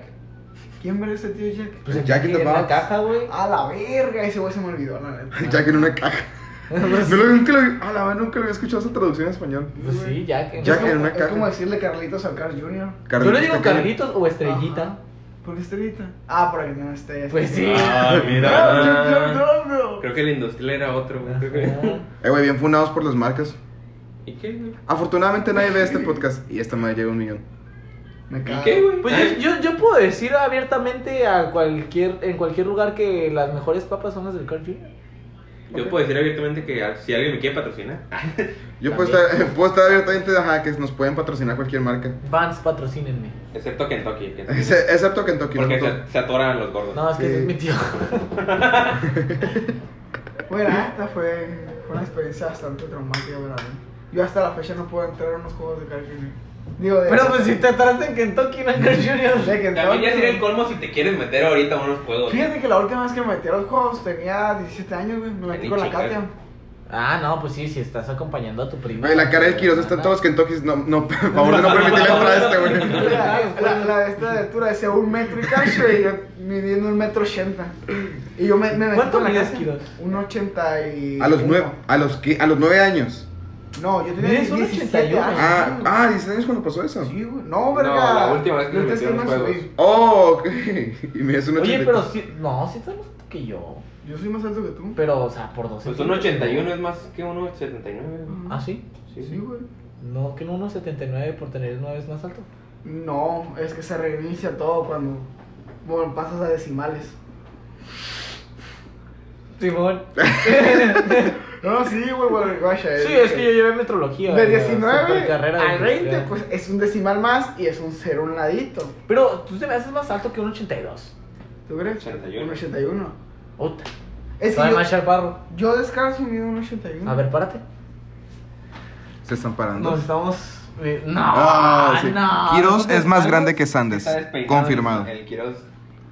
[SPEAKER 4] ¿Quién verga ese tío Jack?
[SPEAKER 3] Pues
[SPEAKER 1] El Jack in the
[SPEAKER 3] en la
[SPEAKER 1] Box.
[SPEAKER 3] caja, güey.
[SPEAKER 4] A la verga, ese güey se me olvidó, la neta.
[SPEAKER 1] Jack en una caja.
[SPEAKER 3] Pues
[SPEAKER 1] No lo- nunca lo vi- a la verdad, nunca lo había escuchado esa traducción en español.
[SPEAKER 3] pues sí, Jack.
[SPEAKER 1] Jack en
[SPEAKER 4] es como,
[SPEAKER 1] una
[SPEAKER 4] es
[SPEAKER 1] caja.
[SPEAKER 4] como decirle Carlitos al Carl Jr.
[SPEAKER 3] Yo le digo
[SPEAKER 1] pequeño.
[SPEAKER 3] Carlitos o Estrellita.
[SPEAKER 4] Ajá. ¿Por qué estrellita? Ah, por ahí no esté.
[SPEAKER 3] Pues sí.
[SPEAKER 5] Ah,
[SPEAKER 4] No,
[SPEAKER 5] mira.
[SPEAKER 4] no, no, no.
[SPEAKER 5] Creo que el industrial era otro, güey. Creo que-
[SPEAKER 3] Ajá.
[SPEAKER 1] Eh, güey, bien funados por las marcas.
[SPEAKER 5] ¿Y qué, güey?
[SPEAKER 1] Afortunadamente nadie ve este podcast y esta madre llega a un millón.
[SPEAKER 4] Me
[SPEAKER 5] ¿Y
[SPEAKER 4] cago.
[SPEAKER 5] qué, güey?
[SPEAKER 3] Pues yo, yo, yo puedo decir abiertamente a cualquier, en cualquier lugar que las mejores papas son las del Carl Jr.
[SPEAKER 5] Yo puedo decir abiertamente que al- si alguien me quiere patrocinar,
[SPEAKER 1] Yo puedo estar, puedo estar abiertamente, ajá, que nos pueden patrocinar cualquier marca.
[SPEAKER 3] Vans, patrocínenme.
[SPEAKER 5] excepto Kentucky. Kentucky.
[SPEAKER 1] Ex- Excepto Kentucky.
[SPEAKER 5] Porque
[SPEAKER 1] nosotros-
[SPEAKER 5] se, se atoran los gordos.
[SPEAKER 3] No, es que
[SPEAKER 1] Sí.
[SPEAKER 3] ese es mi tío.
[SPEAKER 4] Bueno, esta fue, fue una experiencia bastante traumática para mí. Yo hasta la fecha no puedo entrar a unos juegos de Carl Jr. Digo, de.
[SPEAKER 3] Pero pues si te atraste en Kentucky, no en Carl
[SPEAKER 4] de
[SPEAKER 3] Jr.
[SPEAKER 4] que
[SPEAKER 5] También ya
[SPEAKER 4] entraba-
[SPEAKER 5] sería el colmo si te quieres meter ahorita a unos juegos.
[SPEAKER 4] Fíjate que la última vez que me metí a los juegos tenía 17 años, güey. Me metí
[SPEAKER 5] Ni
[SPEAKER 4] con la
[SPEAKER 5] chingas.
[SPEAKER 4] Katia.
[SPEAKER 3] Ah, no, pues sí, si estás acompañando a tu Ah, prima.
[SPEAKER 1] Güey, la cara de Kiros está en todos los Kentuckys. No, no, por favor, no permitirle entrar a este, güey.
[SPEAKER 4] La, la, la de esta de altura decía un metro y cacho y yo midiendo un metro ochenta. Y yo me, me metí
[SPEAKER 3] ¿Cuánto
[SPEAKER 4] con la
[SPEAKER 3] mides,
[SPEAKER 4] Katia.
[SPEAKER 3] Kiros?
[SPEAKER 4] Un ochenta y...
[SPEAKER 1] A los nueve, a los, que- a los nueve años.
[SPEAKER 4] No, yo tenía
[SPEAKER 3] Mides un
[SPEAKER 4] 17
[SPEAKER 3] 81.
[SPEAKER 4] años.
[SPEAKER 1] Ah, ah, 16 años cuando pasó eso.
[SPEAKER 4] Sí, güey. No,
[SPEAKER 5] No,
[SPEAKER 4] verga.
[SPEAKER 5] la última vez que me
[SPEAKER 4] Neta,
[SPEAKER 5] metí
[SPEAKER 4] sí
[SPEAKER 5] a los
[SPEAKER 4] me
[SPEAKER 5] juegos.
[SPEAKER 4] subí.
[SPEAKER 1] Oh, ok. Y me es un
[SPEAKER 3] Oye,
[SPEAKER 1] 80.
[SPEAKER 3] pero sí. No, sí estás más alto que yo.
[SPEAKER 4] Yo soy más alto que tú.
[SPEAKER 3] Pero, o sea, por 12.
[SPEAKER 5] Pues un 81 es más que un 79. güey.
[SPEAKER 3] ¿Ah, sí?
[SPEAKER 5] Sí,
[SPEAKER 4] Sí, güey.
[SPEAKER 3] No, que un 1.79 por tener 9 es más alto.
[SPEAKER 4] No, es que se reinicia todo cuando bueno, pasas a decimales.
[SPEAKER 3] Simón.
[SPEAKER 1] Eh,
[SPEAKER 4] No, sí, güey, güey, guacha.
[SPEAKER 3] Sí, es que yo llevé metrología.
[SPEAKER 4] De
[SPEAKER 3] en la
[SPEAKER 4] 19
[SPEAKER 3] supercarrera de
[SPEAKER 4] al 20,
[SPEAKER 3] industrial.
[SPEAKER 4] pues es un decimal más y es un cero a un ladito.
[SPEAKER 3] Pero tú te me haces más alto que un 82.
[SPEAKER 4] ¿Tú crees?
[SPEAKER 5] 81.
[SPEAKER 4] Un 81.
[SPEAKER 3] Puta.
[SPEAKER 4] Es que
[SPEAKER 3] Soy
[SPEAKER 4] yo,
[SPEAKER 3] más chaparro.
[SPEAKER 4] yo descanso mido un 81.
[SPEAKER 3] A ver, párate.
[SPEAKER 1] Se están parando.
[SPEAKER 3] Nos estamos. eh, No,
[SPEAKER 1] Ah, sí.
[SPEAKER 3] no.
[SPEAKER 1] Quiroz es más
[SPEAKER 3] Algo-
[SPEAKER 1] grande que Sandes.
[SPEAKER 5] Está despeinado
[SPEAKER 1] Confirmado.
[SPEAKER 5] El Quiroz.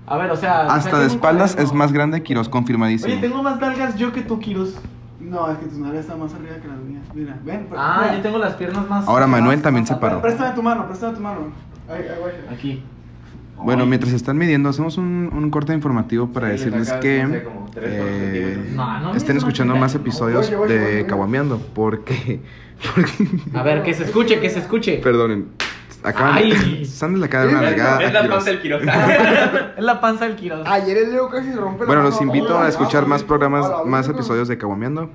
[SPEAKER 3] A ver, o sea.
[SPEAKER 1] Hasta
[SPEAKER 3] saquen
[SPEAKER 1] de
[SPEAKER 3] un
[SPEAKER 1] espaldas
[SPEAKER 3] cuaderno.
[SPEAKER 1] es más grande Quiroz,
[SPEAKER 3] Oye,
[SPEAKER 1] confirmadísimo.
[SPEAKER 3] tengo más nalgas yo que tú, Quiroz.
[SPEAKER 4] No, es que tus nalgas están más arriba que las mías. Mira, ven. pre-
[SPEAKER 3] Ah,
[SPEAKER 4] mira.
[SPEAKER 3] yo tengo las piernas más.
[SPEAKER 1] Ahora
[SPEAKER 3] más-
[SPEAKER 1] Manuel también
[SPEAKER 3] más
[SPEAKER 1] se
[SPEAKER 3] altas.
[SPEAKER 1] paró.
[SPEAKER 4] Préstame tu mano, préstame tu mano. Ay, ay, guacha.
[SPEAKER 3] Aquí.
[SPEAKER 1] Bueno,
[SPEAKER 3] Ay.
[SPEAKER 1] mientras están midiendo, hacemos un, un corte informativo para
[SPEAKER 5] Sí, le
[SPEAKER 1] decirles
[SPEAKER 5] saca,
[SPEAKER 1] que
[SPEAKER 5] no sé, como tres, cuatro
[SPEAKER 1] eh,
[SPEAKER 5] centímetros.
[SPEAKER 3] No, no,
[SPEAKER 1] estén
[SPEAKER 3] no,
[SPEAKER 1] escuchando
[SPEAKER 3] no,
[SPEAKER 1] más
[SPEAKER 3] no.
[SPEAKER 1] episodios
[SPEAKER 4] Oye, oye, oye,
[SPEAKER 1] de
[SPEAKER 4] oye.
[SPEAKER 1] Caguameando porque, porque-
[SPEAKER 3] A ver, que se escuche, que se escuche.
[SPEAKER 1] perdonen, acaban
[SPEAKER 3] Ay.
[SPEAKER 1] Sandes le acaba de dar una regada
[SPEAKER 5] Es la
[SPEAKER 1] a
[SPEAKER 5] panza
[SPEAKER 1] Quiroz.
[SPEAKER 5] del Quiroz.
[SPEAKER 3] Es la panza del Quiroz.
[SPEAKER 4] Ayer el Leo casi rompe la
[SPEAKER 1] Bueno, los
[SPEAKER 4] mano.
[SPEAKER 1] invito
[SPEAKER 4] Hola,
[SPEAKER 1] a escuchar
[SPEAKER 4] hola,
[SPEAKER 1] más
[SPEAKER 4] hola,
[SPEAKER 1] programas,
[SPEAKER 4] hola,
[SPEAKER 1] más
[SPEAKER 4] hola.
[SPEAKER 1] episodios de Caguameando.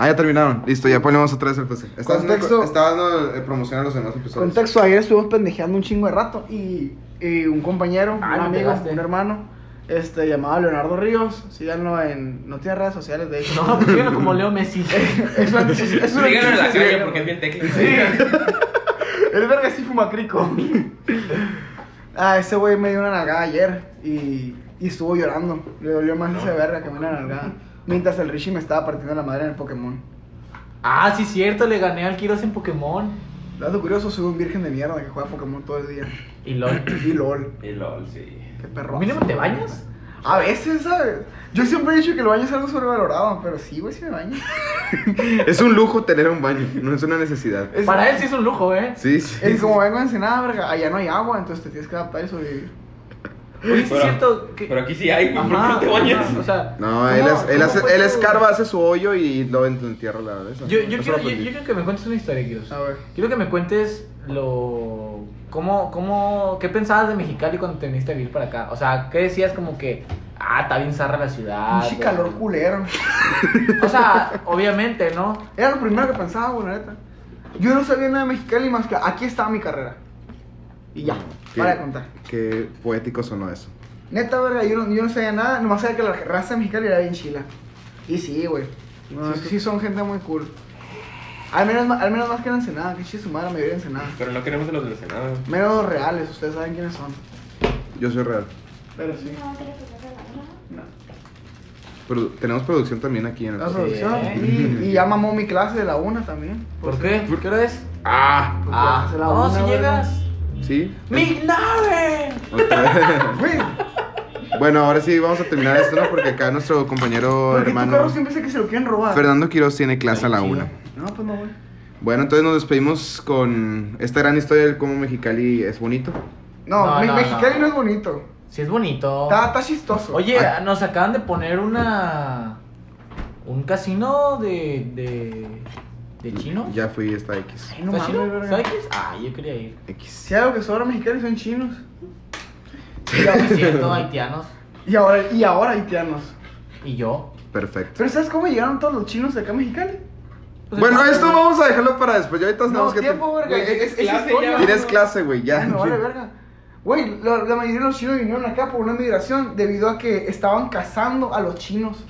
[SPEAKER 1] Ah, ya terminaron. Listo, ya ponemos otra vez el PC. Está
[SPEAKER 4] Contexto.
[SPEAKER 1] haciendo- está dando eh, promoción a los demás episodios.
[SPEAKER 4] Contexto, ayer estuvimos pendejeando un chingo de rato y, y un compañero,
[SPEAKER 3] Ah,
[SPEAKER 4] un
[SPEAKER 3] me
[SPEAKER 4] amigo,
[SPEAKER 3] pegaste.
[SPEAKER 4] un hermano, este, llamado Leonardo Ríos, síganlo en, no tiene redes sociales de hecho.
[SPEAKER 3] No, pues síguelo como Leo Messi.
[SPEAKER 4] es un antisoci- es un
[SPEAKER 5] Síganlo en la
[SPEAKER 4] antisocial.
[SPEAKER 5] calle porque es bien técnico.
[SPEAKER 4] El verga sí fuma crico. ah, ese güey me dio una nalgada ayer y, y estuvo llorando. Le dolió más ese verga que me dio una nalgada. Mientras el Richie me estaba partiendo la madre en el Pokémon.
[SPEAKER 3] Ah, sí, cierto, le gané al Quiroz en Pokémon.
[SPEAKER 4] Dato curioso, soy un virgen de mierda que juega Pokémon todo el día.
[SPEAKER 3] Y LOL.
[SPEAKER 4] Y LOL,
[SPEAKER 5] Y lol, sí.
[SPEAKER 4] qué perro.
[SPEAKER 3] Mínimo, ¿te bañas?
[SPEAKER 4] A veces, ¿sabes? Yo siempre he dicho que el baño es algo sobrevalorado, pero sí, güey, sí me baño.
[SPEAKER 1] Es un lujo tener un baño, no es una necesidad.
[SPEAKER 4] Es-
[SPEAKER 3] Para él sí es un lujo, ¿eh?
[SPEAKER 1] Sí, sí.
[SPEAKER 4] Y como vengo de Ensenada, verga, allá no hay agua, entonces te tienes que adaptar y sobrevivir.
[SPEAKER 3] Oye, sí
[SPEAKER 5] Pero-
[SPEAKER 3] es cierto que...
[SPEAKER 5] Pero aquí sí hay, güey. ¿Por qué
[SPEAKER 3] Ajá,
[SPEAKER 5] no te bañas?
[SPEAKER 3] ajá, O sea,
[SPEAKER 1] No, él,
[SPEAKER 4] ¿Cómo-
[SPEAKER 1] es- él,
[SPEAKER 4] cómo
[SPEAKER 1] hace,
[SPEAKER 4] fue
[SPEAKER 1] él
[SPEAKER 4] tu-
[SPEAKER 1] escarba, hace su hoyo y lo en- entierra la verdad.
[SPEAKER 3] yo, yo, quiero, yo, yo quiero que me cuentes una historia, Quiroz.
[SPEAKER 4] A ver.
[SPEAKER 3] Quiero que me cuentes lo... ¿Cómo, cómo, qué pensabas de Mexicali cuando te viniste a vivir para acá? O sea, ¿qué decías como que, ah, está bien zarra la
[SPEAKER 1] Ah,
[SPEAKER 3] ciudad?
[SPEAKER 4] Pinche
[SPEAKER 3] güey?
[SPEAKER 4] calor culero.
[SPEAKER 3] O sea, obviamente, ¿no?
[SPEAKER 4] Era lo primero que pensaba, güey, la neta. Yo no sabía nada de Mexicali más que aquí estaba mi carrera. Y ya,
[SPEAKER 1] ¿Qué?
[SPEAKER 4] para de contar.
[SPEAKER 1] Qué poético sonó eso.
[SPEAKER 4] Neta, verga, yo no, yo no sabía nada, nomás sabía que la raza mexicana era bien chila. Y sí, güey.
[SPEAKER 1] No,
[SPEAKER 4] sí,
[SPEAKER 1] es que-
[SPEAKER 4] sí son gente muy cool. Al menos, ma- al menos más que en Ensenada, que chis su madre, me en Ensenada.
[SPEAKER 5] Pero no queremos a los de Ensenada.
[SPEAKER 4] Menos reales, ustedes saben quiénes son.
[SPEAKER 1] Yo soy real.
[SPEAKER 4] Pero sí.
[SPEAKER 6] No, ¿quieres que te regale?
[SPEAKER 4] No.
[SPEAKER 1] Pero tenemos producción también aquí en el
[SPEAKER 4] La
[SPEAKER 1] podcast.
[SPEAKER 4] solución.
[SPEAKER 1] Sí.
[SPEAKER 4] Y, y ya mamó mi clase de la una también.
[SPEAKER 3] ¿Por qué? ¿Por qué hora es?
[SPEAKER 1] Ah,
[SPEAKER 4] Porque
[SPEAKER 3] Ah,
[SPEAKER 4] hace la
[SPEAKER 3] no,
[SPEAKER 4] una,
[SPEAKER 3] si
[SPEAKER 4] güey,
[SPEAKER 3] llegas.
[SPEAKER 1] sí.
[SPEAKER 3] ¡Mi nave!
[SPEAKER 1] Otra vez.
[SPEAKER 4] Güey,
[SPEAKER 1] bueno, ahora sí vamos a terminar esto, ¿no? Porque acá nuestro compañero
[SPEAKER 4] porque tu
[SPEAKER 1] hermano
[SPEAKER 4] carro siempre sé que se lo quieren robar.
[SPEAKER 1] Fernando Quiroz tiene clase a la
[SPEAKER 4] Sí.
[SPEAKER 1] una.
[SPEAKER 4] No, pues no, güey.
[SPEAKER 1] Bueno, entonces nos despedimos con esta gran historia de cómo Mexicali es bonito.
[SPEAKER 4] No,
[SPEAKER 3] No,
[SPEAKER 4] me-
[SPEAKER 3] no,
[SPEAKER 4] Mexicali no.
[SPEAKER 3] no.
[SPEAKER 4] es bonito.
[SPEAKER 3] Sí, es bonito.
[SPEAKER 4] Está, Ah. está chistoso.
[SPEAKER 3] Oye, nos acaban de poner una. Un casino de. de. de chino.
[SPEAKER 1] Ya fui esta X.
[SPEAKER 4] Ay, no
[SPEAKER 3] ¿Está chino?
[SPEAKER 4] mames, verga.
[SPEAKER 3] ¿Sabes qué es? Ah, yo quería ir.
[SPEAKER 1] X.
[SPEAKER 4] Si hay algo que sobra mexicano son chinos.
[SPEAKER 3] Yo me siento haitianos.
[SPEAKER 4] Y ahora, y ahora haitianos.
[SPEAKER 3] Y yo.
[SPEAKER 1] Perfecto.
[SPEAKER 4] Pero ¿sabes cómo llegaron todos los chinos acá a Mexicali?
[SPEAKER 3] Pues
[SPEAKER 1] bueno,
[SPEAKER 3] entonces,
[SPEAKER 1] esto
[SPEAKER 3] güey.
[SPEAKER 1] vamos a dejarlo para después. Ya ahorita
[SPEAKER 4] No,
[SPEAKER 1] tenemos que.
[SPEAKER 4] tiempo, verga.
[SPEAKER 5] Güey,
[SPEAKER 4] Es, es
[SPEAKER 5] clase
[SPEAKER 4] historia.
[SPEAKER 5] ya.
[SPEAKER 1] Tienes clase, güey, ya.
[SPEAKER 4] Ya, no vale verga. Güey, la, la mayoría de los chinos vinieron acá por una migración debido a que estaban cazando a los chinos.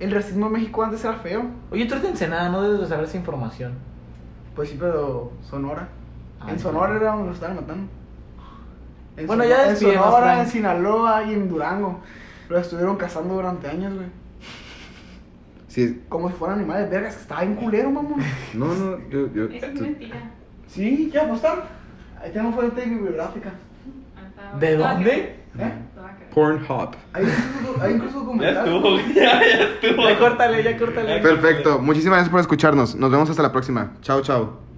[SPEAKER 4] El racismo en México antes era feo.
[SPEAKER 3] Oye, tú eres de Ensenada, no debes de saber esa información.
[SPEAKER 4] Pues sí, pero Sonora.
[SPEAKER 3] Ah,
[SPEAKER 4] en
[SPEAKER 3] sí.
[SPEAKER 4] Sonora era donde lo estaban matando. En
[SPEAKER 3] Bueno,
[SPEAKER 4] Sonora-
[SPEAKER 3] ya
[SPEAKER 4] En
[SPEAKER 3] despídenos,
[SPEAKER 4] Sonora,
[SPEAKER 3] Frank.
[SPEAKER 4] en Sinaloa y en Durango. Lo estuvieron cazando durante años, güey.
[SPEAKER 1] Sí,
[SPEAKER 4] Como si fueran animales vergas. Estaba bien culero, mamón.
[SPEAKER 1] no, no, yo. yo
[SPEAKER 6] Eso es
[SPEAKER 1] tú-
[SPEAKER 6] mentira.
[SPEAKER 4] Sí, ¿qué apostar? Ahí tenemos fuente bibliográfica.
[SPEAKER 6] Hasta-
[SPEAKER 3] ¿De
[SPEAKER 6] toda
[SPEAKER 3] dónde?
[SPEAKER 4] ¿Eh?
[SPEAKER 6] que- toda que-
[SPEAKER 1] Pornhub.
[SPEAKER 4] Hay incluso, hay incluso
[SPEAKER 5] Ya
[SPEAKER 4] documental.
[SPEAKER 5] estuvo, ya, ya estuvo.
[SPEAKER 3] Ya córtale, ya córtale.
[SPEAKER 1] Perfecto. Muchísimas gracias por escucharnos. Nos vemos hasta la próxima. Chao, chao.